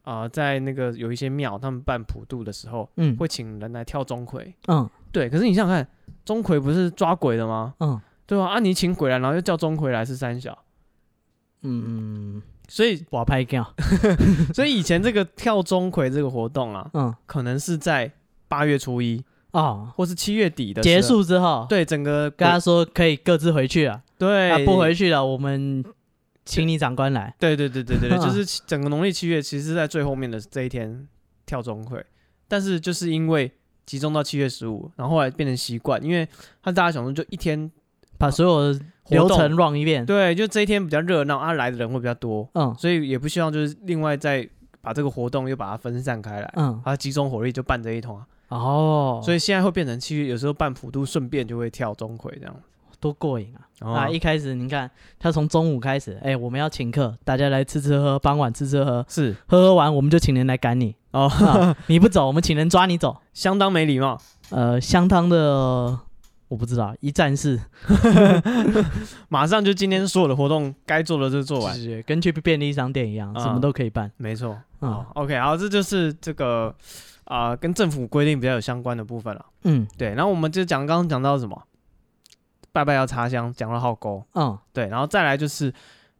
啊、在那个有一些庙他们办普渡的时候，嗯会请人来跳钟馗，嗯对，可是你想想看，钟馗不是抓鬼的吗？嗯对吧、啊？你请鬼来，然后又叫钟馗来是三小，嗯，所以我拍掉。所以以前这个跳钟馗这个活动啊，嗯可能是在八月初一哦，或是七月底的时候结，束之后，对整个鬼跟他说可以各自回去了，对、啊不回去了，我们请你长官来。对对对对对对，啊就是其整个农历七月，其实在最后面的这一天跳钟馗，但是就是因为集中到七月十五，然后后来变成习惯，因为他大家想说就一天把所有的活流动程 run 一遍。对，就这一天比较热闹，啊来的人会比较多，嗯所以也不希望就是另外再把这个活动又把它分散开来，嗯，他集中火力就办这一通啊，哦，所以以现在会变成七月有时候办普渡，顺便就会跳钟馗这样子。多过瘾啊！哦啊，一开始你看他从中午开始，哎，我们要请客，大家来吃吃喝喝，傍晚吃吃喝，是喝喝完我们就请人来赶你，哦，啊你不走，我们请人抓你走，相当没礼貌，呃，相当的我不知道，一站式，马上就今天所有的活动该做的就做完。是跟去便利商店一样，嗯什么都可以办。没错。嗯好 o k 好，这就是这个啊、跟政府规定比较有相关的部分了。嗯对，然后我们就讲刚刚讲到什么，拜拜要插香，讲到好勾，嗯，对，然后再来就是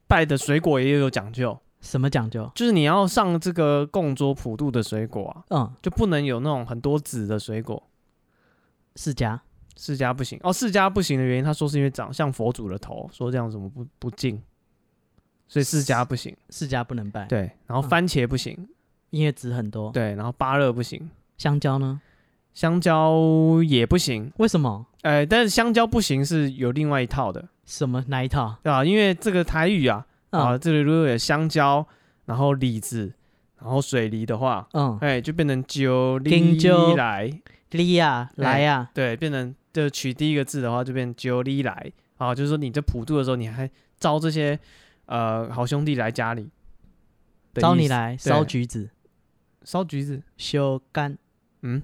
拜的水果也有讲究，什么讲究？就是你要上这个供桌普渡的水果啊，嗯，就不能有那种很多籽的水果，释迦。释迦不行哦，释迦不行的原因，他说是因为长像佛祖的头，说这样怎么不不敬，所以释迦不行，释迦不能拜，，对，嗯然后番茄不行，因为籽很多。，对，然后芭乐不行，香蕉呢？香蕉也不行，为什么？呃，但是香蕉不行是有另外一套的，什么哪一套？对吧？因为这个台语啊，啊，嗯这里如果有香蕉，然后李子，然后水梨的话，嗯，哎，就变成九金梨蕉来，利亚哎来啊呀，对，变成就取第一个字的话，就变九梨来啊，就是说你在普渡的时候，你还招这些呃好兄弟来家里，的招意你思来对烧橘子，烧橘子，修干。嗯，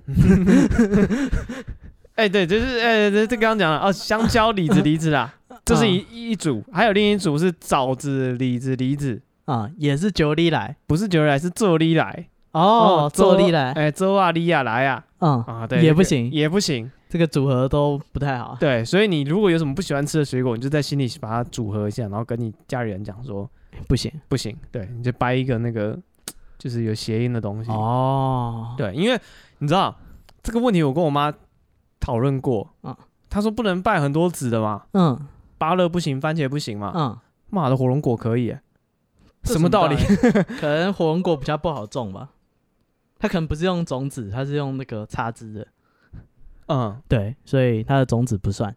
哎，对，就是哎，这这刚刚讲了哦，香蕉、李子、梨子 啦，嗯这是一一组，还有另一组是枣子、李子、梨子，啊、也是九里来不是九梨来，是做梨来哦，坐做里来，哎，周啊梨啊来啊。嗯，啊，对，也这不个行也不行。这个组合都不太好。对，所以你如果有什么不喜欢吃的水果，你就在心里把它组合一下，然后跟你家里人讲说不行不行，对，你就掰一个那个就是有谐音的东西。哦，对，因为你知道这个问题，我跟我妈讨论过，嗯她说不能拜很多籽的嘛，嗯芭乐不行，番茄不行嘛，嗯，妈的火龙果可以耶，这什么道理？ 可能火龙果比较不好种吧，它可能不是用种子，它是用那个插枝的，嗯，对，所以它的种子不算。哦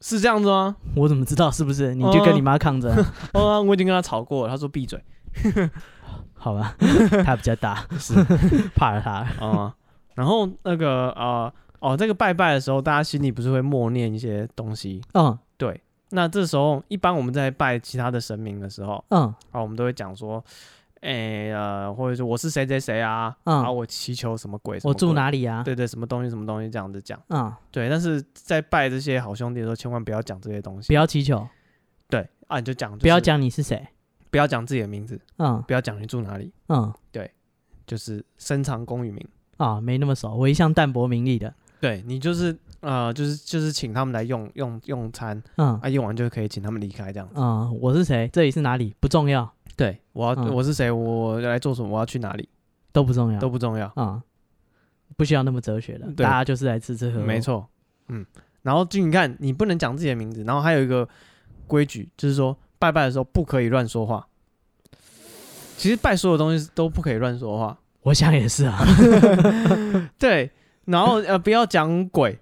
是这样子吗？我怎么知道是不是？你就跟你妈 抗争啊，哦、我已经跟她吵过了，她说闭嘴好 吧？她比较大，是怕了她。啊、嗯然后那个呃哦，这个拜拜的时候，大家心里不是会默念一些东西，嗯对，那这时候一般我们在拜其他的神明的时候嗯啊，我们都会讲说，哎、呃，或者说我是谁谁谁啊，嗯啊，我祈求什么鬼，什我么住鬼？哪里啊？对对，什么东西什么东西这样子讲。嗯，对，但是在拜这些好兄弟的时候，千万不要讲这些东西。不要祈求，对啊，你就讲、就是不要，讲你是谁。不要讲自己的名字，嗯不要讲你住哪里，嗯就是深藏功与名。啊，没那么熟，我一向淡泊名利的。对你就是呃，就是就是请他们来用用用餐，嗯啊，用完就可以请他们离开这样。嗯，我是谁，这里是哪里不重要，对，我要、嗯我是谁，我来做什么，我要去哪里都不重要，都不重要。啊、不需要那么哲学的，对大家就是来吃吃喝喝。没，错，嗯，然后就你看，你不能讲自己的名字，然后还有一个规矩，就是说拜拜的时候不可以乱说话。其实拜所有东西都不可以乱说话，我想也是 啊。对，然后呃不要讲鬼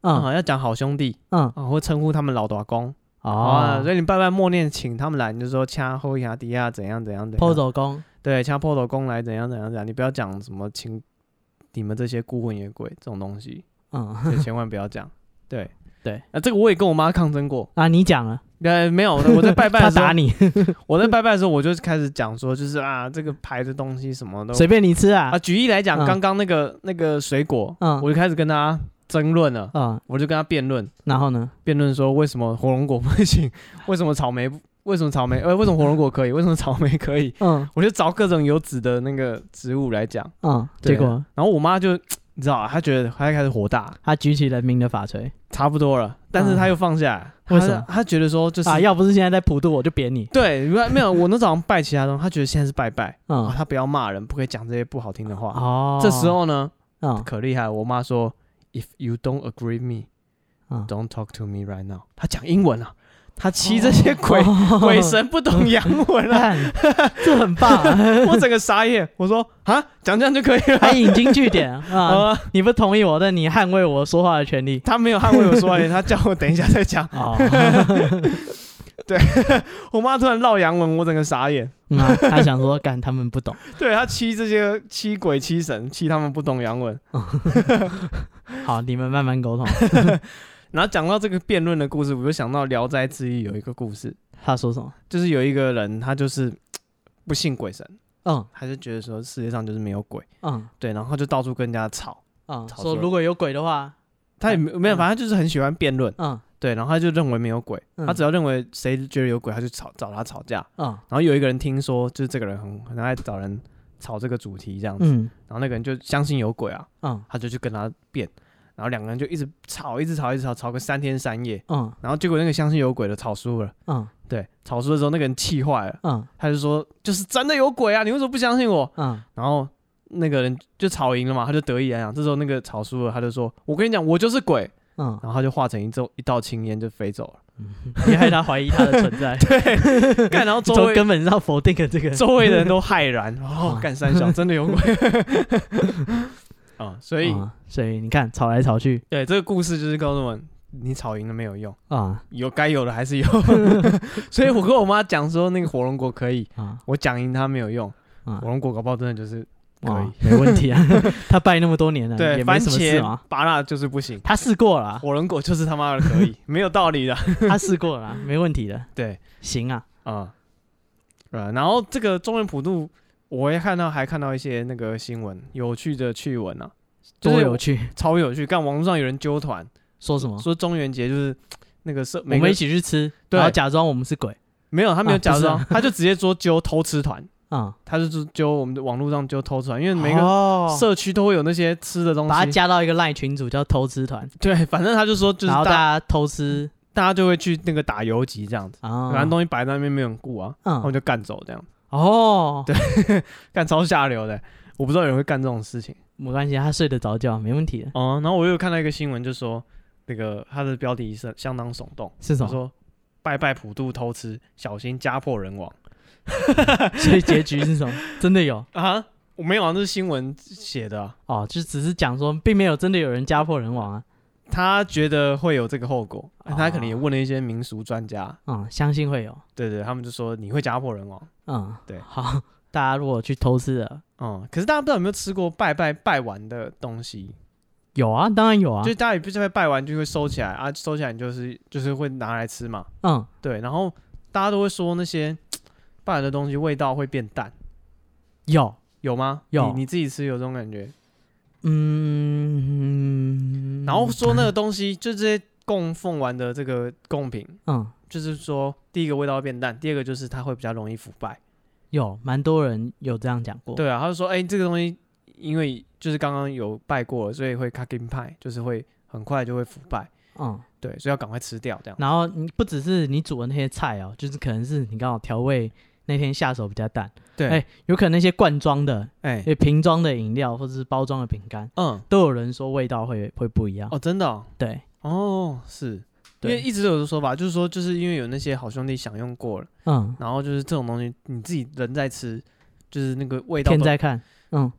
啊、嗯要讲好兄弟嗯啊、或称呼他们老大公啊，所哦，以你拜拜默念请他们来，你就说掐后牙迪亚怎样怎样怎抛样，走工，对，掐破头公来怎样怎样怎样，你不要讲什么请你们这些孤魂野鬼这种东 西，嗯所以千万不要讲。对对，啊，这个我也跟我妈抗争过，啊，你讲了，呃，没有，我在我在拜拜 他的时候打，你，我在拜拜的时候，我就开始讲说，就是啊，这个牌的东西什么都随便你吃啊啊。。举例来讲，嗯刚刚那个那个水果，嗯我就开始跟他争论了，嗯，我就跟他辩论，然后呢？辩论说为什么火龙果不行， 为什么草莓不，为什么草莓，呃，为什么火龙果可以，为什么草莓可以， 嗯我就找各种有籽的那个植物来讲，嗯，对啊结果然后我妈就你知道啊，她觉得她开始火大，他举起人民的法锤差不多了，但是她又放下来，嗯为什么她她觉得说就是啊！要不是现在在普渡，我就扁你。对，没有，我那早上拜其他东西，她觉得现在是拜拜。啊，嗯，他不要骂人，不可以讲这些不好听的话。哦，这时，候呢，嗯可厉害了，我妈说，If you don't agree me, 嗯， don't talk to me right now。她讲英文啊，她骑这些鬼、哦鬼，神不懂洋文 啊，看这很棒啊，我整个傻眼。我说啊，讲这样就可以 了还引经据典啊！啊。你不同意我，但你捍卫我说话的权利。她没有捍卫我说话，她叫我等一下再讲。 哦，我妈突然唠洋文，我整个傻眼。嗯啊他想说，干他们不 懂，对她欺这些欺鬼欺神，欺他们不懂洋文。好，你们慢慢沟通。然后讲到这个辩论的故事，我就想到《聊斋志异》有一个故事，他说什么？就是有一个人他就是不信鬼神。嗯他就觉得说世界上就是没有鬼，嗯对，然后他就到处跟人家吵，嗯，吵说说如果有鬼的话，他也没没有，反正他就是很喜欢辩论，嗯对，然后他就认为没有鬼，嗯他只要认为谁觉得有鬼，他就吵找他吵架，嗯然后有一个人听说就是这个人很很爱找人吵这个主题这样子，嗯然后那个人就相信有鬼啊，嗯他就去跟他辩，然后两个人就一直吵，一直吵，一直吵，吵个三天三夜，嗯然后结果那个相信有鬼的吵输了，嗯对，吵输的时候那个人气坏了，嗯他就说就是真的有鬼啊，你为什么不相信我？嗯然后那个人就吵赢了嘛，他就得意洋洋。这时候那个吵输了，他就说我跟你讲，我就是鬼，嗯，然后他就化成一道一道青烟就飞走 了。 你害他怀疑他的存 在，干，然后周 从围根本上否定了这个。周围的人都骇然， 哦，干三小真的有鬼啊、所以、啊所以你看，吵来吵去对这个故事就是告诉我们，你吵赢了没有用，啊有该有的还 是有。所以我跟我妈讲说，那个火龙果可以，啊我讲赢它没有用，啊火！龙果搞不好真的就是可啊以，没问 题啊。他拜那么多年了，对也没番什么事茄嘛。芭辣就是不行，他试过了啊，火龙果就是他妈的可以，没有道 理的。他试过了啊，没问题的。对行啊，啊、呃，然后这个中原普渡，我也看到还看到一些那个新闻，有趣的趣闻啊，就多是有趣！超有趣。看网络上有人揪团，说什么？说中元节就是那个社，哦我每个们一起去吃，对然后假装我们是鬼没有，他没啊有不假是装，啊他就直接说揪偷吃团，啊。他就是揪我们的网络上揪偷吃团，因为每个个社区都会有那些吃的东哦把他西。加到一个赖群组叫偷吃团，对，反正他就说就是然后大大家家偷吃大家就会去那个打游击这样子，啊，反正东西摆在那边没有人顾啊，然后嗯就干走这样，哦，对，干超下流的。我不知道有人会干这种事情。没关系，他睡得着觉，没问题的。哦、然后我又看到一个新闻，就说那个他的标题是相当耸动，是什他么？说拜拜普渡偷吃，小心家破人亡所以结局是 什么？真的有啊！我没有啊，这是新闻写的啊、哦，就只是讲说，并没有真的有人家破人亡啊。他觉得会有这个后果，哦他可能也问了一些民俗专家，嗯，相信会有。对对，他们就说你会家破人亡。嗯，对好，大家如果去偷吃的，嗯，可是大家不知道有没有吃过拜拜拜完的东西，有啊，当然有啊就。大家也不是会拜完就会收起来啊，收起来你就是就是会拿来吃嘛，嗯，对，然后大家都会说那些拜完的东西味道会变淡。有，有吗？有你，你自己吃有这种感觉。嗯，然后说那个东西，就这些供奉完的这个贡品，嗯，就是说，第一个味道会变淡，第二个就是它会比较容易腐败。有蛮多人有这样讲过。，对啊，他就说，哎、这个东西因为就是刚刚有拜过了，所以会 cooking 派，就是会很快就会腐败。嗯，对，所以要赶快吃掉这样。然后你不只是你煮的那些菜哦，就是可能是你刚好调味那天下手比较淡，对，哎、哎、有可能那些罐装的、诶瓶装的饮料或者是包装的饼干，嗯，都有人说味道会会不一样。哦，真的哦，对，哦是。因对为一直都有说法，就是说，就是因为有那些好兄弟享用过了，嗯，然后就是这种东西你自己人在吃，就是那个味道天都在看，嗯，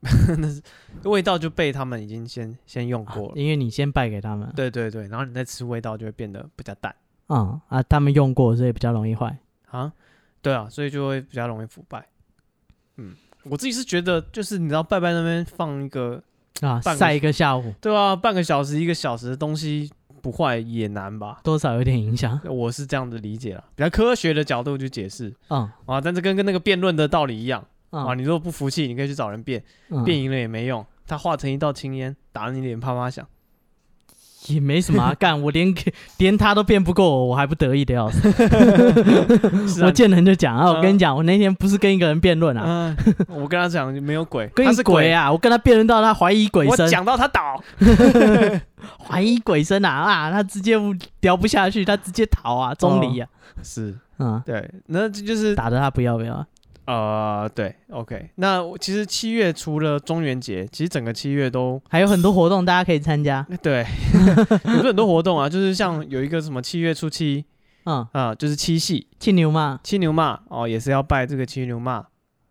味道就被他们已经先先用啊过了。因为你先败给他们，对对对，然后你再吃味道就会变得比较淡嗯啊，他们用过，所以比较容易坏。啊，对啊，所以就会比较容易腐败。嗯，我自己是觉得，就是你知道拜拜那边放一个，啊，半个晒一个下午，对啊，半个小时一个小时的东西不坏也难吧？多少有点影响。我是这样的理解啦，比较科学的角度去解释嗯啊，但是跟跟那个辩论的道理一样啊，嗯，你如果不服气，你可以去找人辩，嗯辩赢了也没用，他化成一道青烟，打得你脸啪啪 响。也没什 么啊干，我连连他都辩不过我，我还不得意的要死。是啊我见人就讲啊，嗯我跟你讲，我那天不是跟一个人辩论啊，嗯，我跟他讲没有鬼，跟他一是鬼啊，我跟他辩论到他怀疑鬼我神，讲到他 倒，怀疑鬼神啊啊，他直接不聊不下去，他直接逃哦啊，钟离啊，是嗯，对，那这就是打的他不要不要啊，呃，对，OK。那我其实七月除了中元节，其实整个七月 都还有很多活动大家可以参加，对，有很多活动啊，就是像有一个什么七月初七嗯，啊、就是七夕，气牛嘛，七牛嘛，哦，也是要拜这个七牛嘛，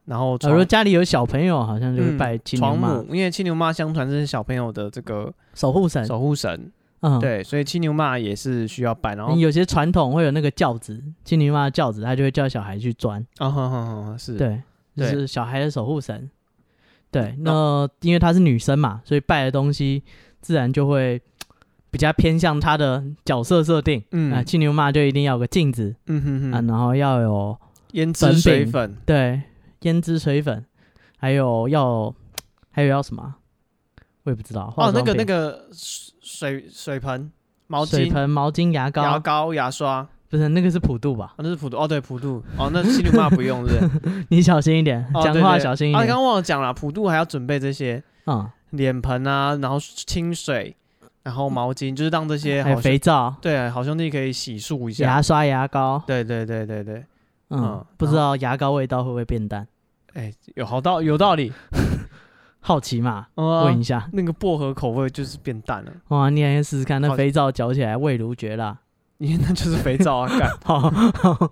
然后我床、说家里有小朋友，好像就是嗯拜啊七牛床嘛，母，因为七牛妈相传是小朋友的这个守护神，守护神，嗯，。对，所以七牛妈也是需要拜，然后你有些传统会有那个轿子，金牛妈的轿子，他就会叫小孩去钻，啊哈哈哈，是，对，就对是小孩的守护神。对，那那因为她是女生嘛，所以拜的东西自然就会比较偏向她的角色设定。嗯啊，金牛妈就一定要有个镜子、嗯哼啊，哼，然后要有胭粉脂饼水粉，对胭脂水粉，还有要还有要什么啊？我我也不知道。化哦，那妆个那品个水水水盆、毛水巾、盆、毛巾、牙膏，牙膏、牙刷，哦，不是那个是普渡吧？那是普渡哦，对普渡哦，那西鲁妈不用是 不是？你小心一点，哦讲对话对小心一啊，刚点。刚忘了讲了，普渡还要准备这些嗯，脸盆啊，然后清水，然后毛巾，就是让这些还有好兄肥皂、对好兄弟可以洗漱一下。牙刷、牙膏。对对对对对，嗯嗯，不知道牙膏味道会不会变淡？哎，有好道有道理。好奇嘛，嗯啊问一下。 那个薄荷口味就是变淡了，哇，你也试试看，那好肥皂嚼起来味如绝啦。 因为那就是肥皂啊，干 好，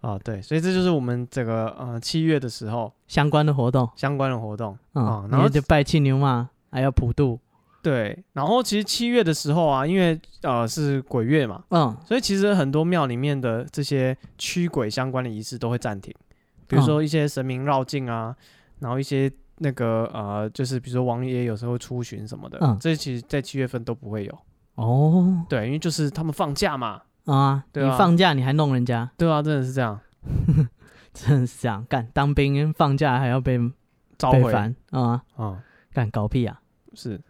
啊，对，所以这就是我们这个呃七月的时候相关的活动，相关的活动。哦嗯，然后你就拜庆牛嘛，还有普渡，对，然后其实七月的时候啊，因为呃是鬼月嘛，嗯，所以其实很多庙里面的这些驱鬼相关的仪式都会暂停，比如嗯说一些神明绕境啊，然后一些那个呃，就是比如说王爷有时候会出巡什么的，嗯这其实在七月份都不会有。哦，对，因为就是他们放假嘛，啊，对你啊放假你还弄人家， 对啊，真的是这样，真的是这样干，当兵放假还要被召被回啊、烦啊，嗯干搞屁啊！是。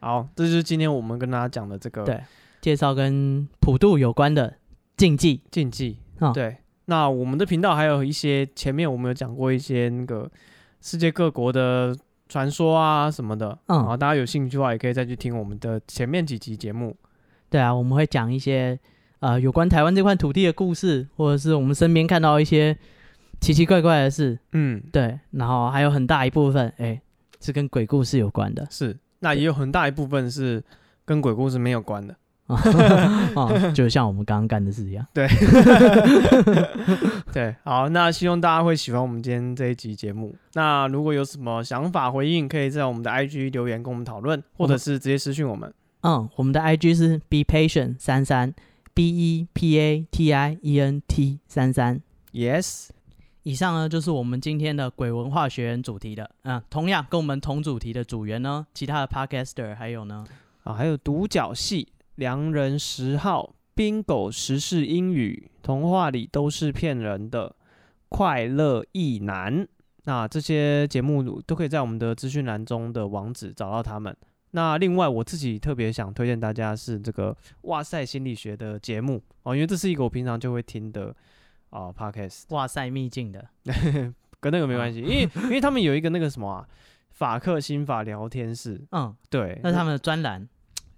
好，这就是今天我们跟大家讲的这个对介绍跟普渡有关的禁忌，禁忌。嗯对，那我们的频道还有一些前面我们有讲过一些那个世界各国的传说啊什么的，嗯然后大家有兴趣的话也可以再去听我们的前面几集节目。对啊，我们会讲一些呃有关台湾这块土地的故事，或者是我们身边看到一些奇奇怪怪的事，嗯，对，然后还有很大一部分哎是跟鬼故事有关 的是，那也有很大一部分是跟鬼故事没有关的。啊、哦就像我们刚刚干的事一样。对，好，那希望大家会喜欢我们今天这一集节目。那如果有什么想法回应，可以在我们的 IG 留言跟我们讨论，或者是直接私讯我们。嗯，我们的 IG 是 be patient 三三 b e p a t i e n t 三三。 Yes，以上呢就是我们今天的鬼文化学员主题的，嗯，同样跟我们同主题的组员呢，其他的 podcaster 还有呢，啊，还有独角戏、良人十号、冰狗时事英语、童话里都是骗人的、快乐意男。那这些节目都可以在我们的资讯栏中的网址找到他们。那另外，我自己特别想推荐大家是这个“哇塞心理学”的节目哦，因为这是一个我平常就会听的啊、podcast，哇塞秘境的，跟那个没关系，哦因为因为他们有一个那个什么啊，法克心法聊天室，嗯，对，那是他们的专栏，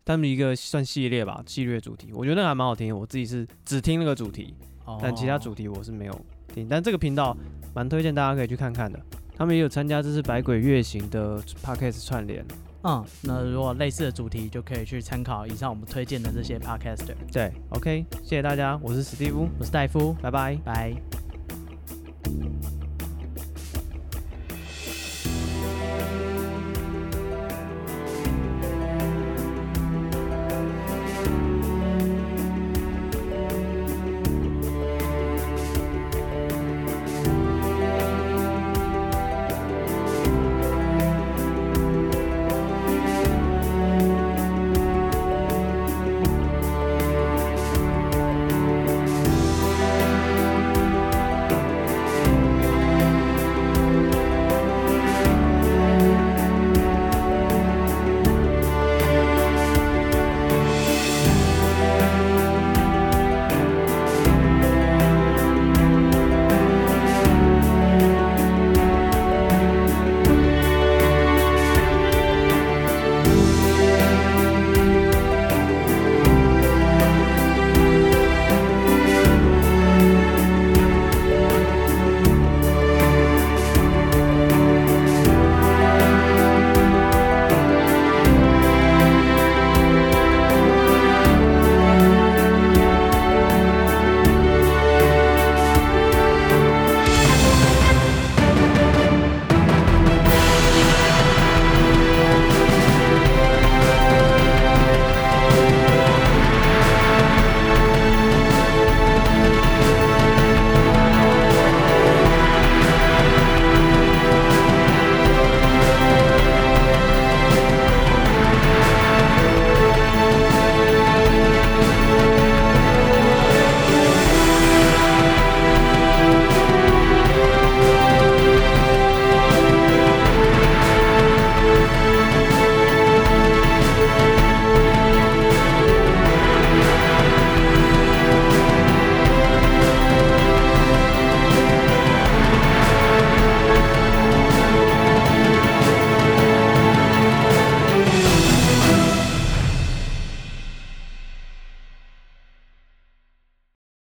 他们一个算系列吧，系列主题，我觉得那个还蛮好听的。我自己是只听那个主题，哦但其他主题我是没有听。但这个频道蛮推荐大家可以去看看的。他们也有参加这次百鬼月行的 podcast 串联，嗯，那如果类似的主题就可以去参考以上我们推荐的这些 podcaster。对，OK，谢谢大家，我是史蒂夫，我是戴夫，拜拜。拜。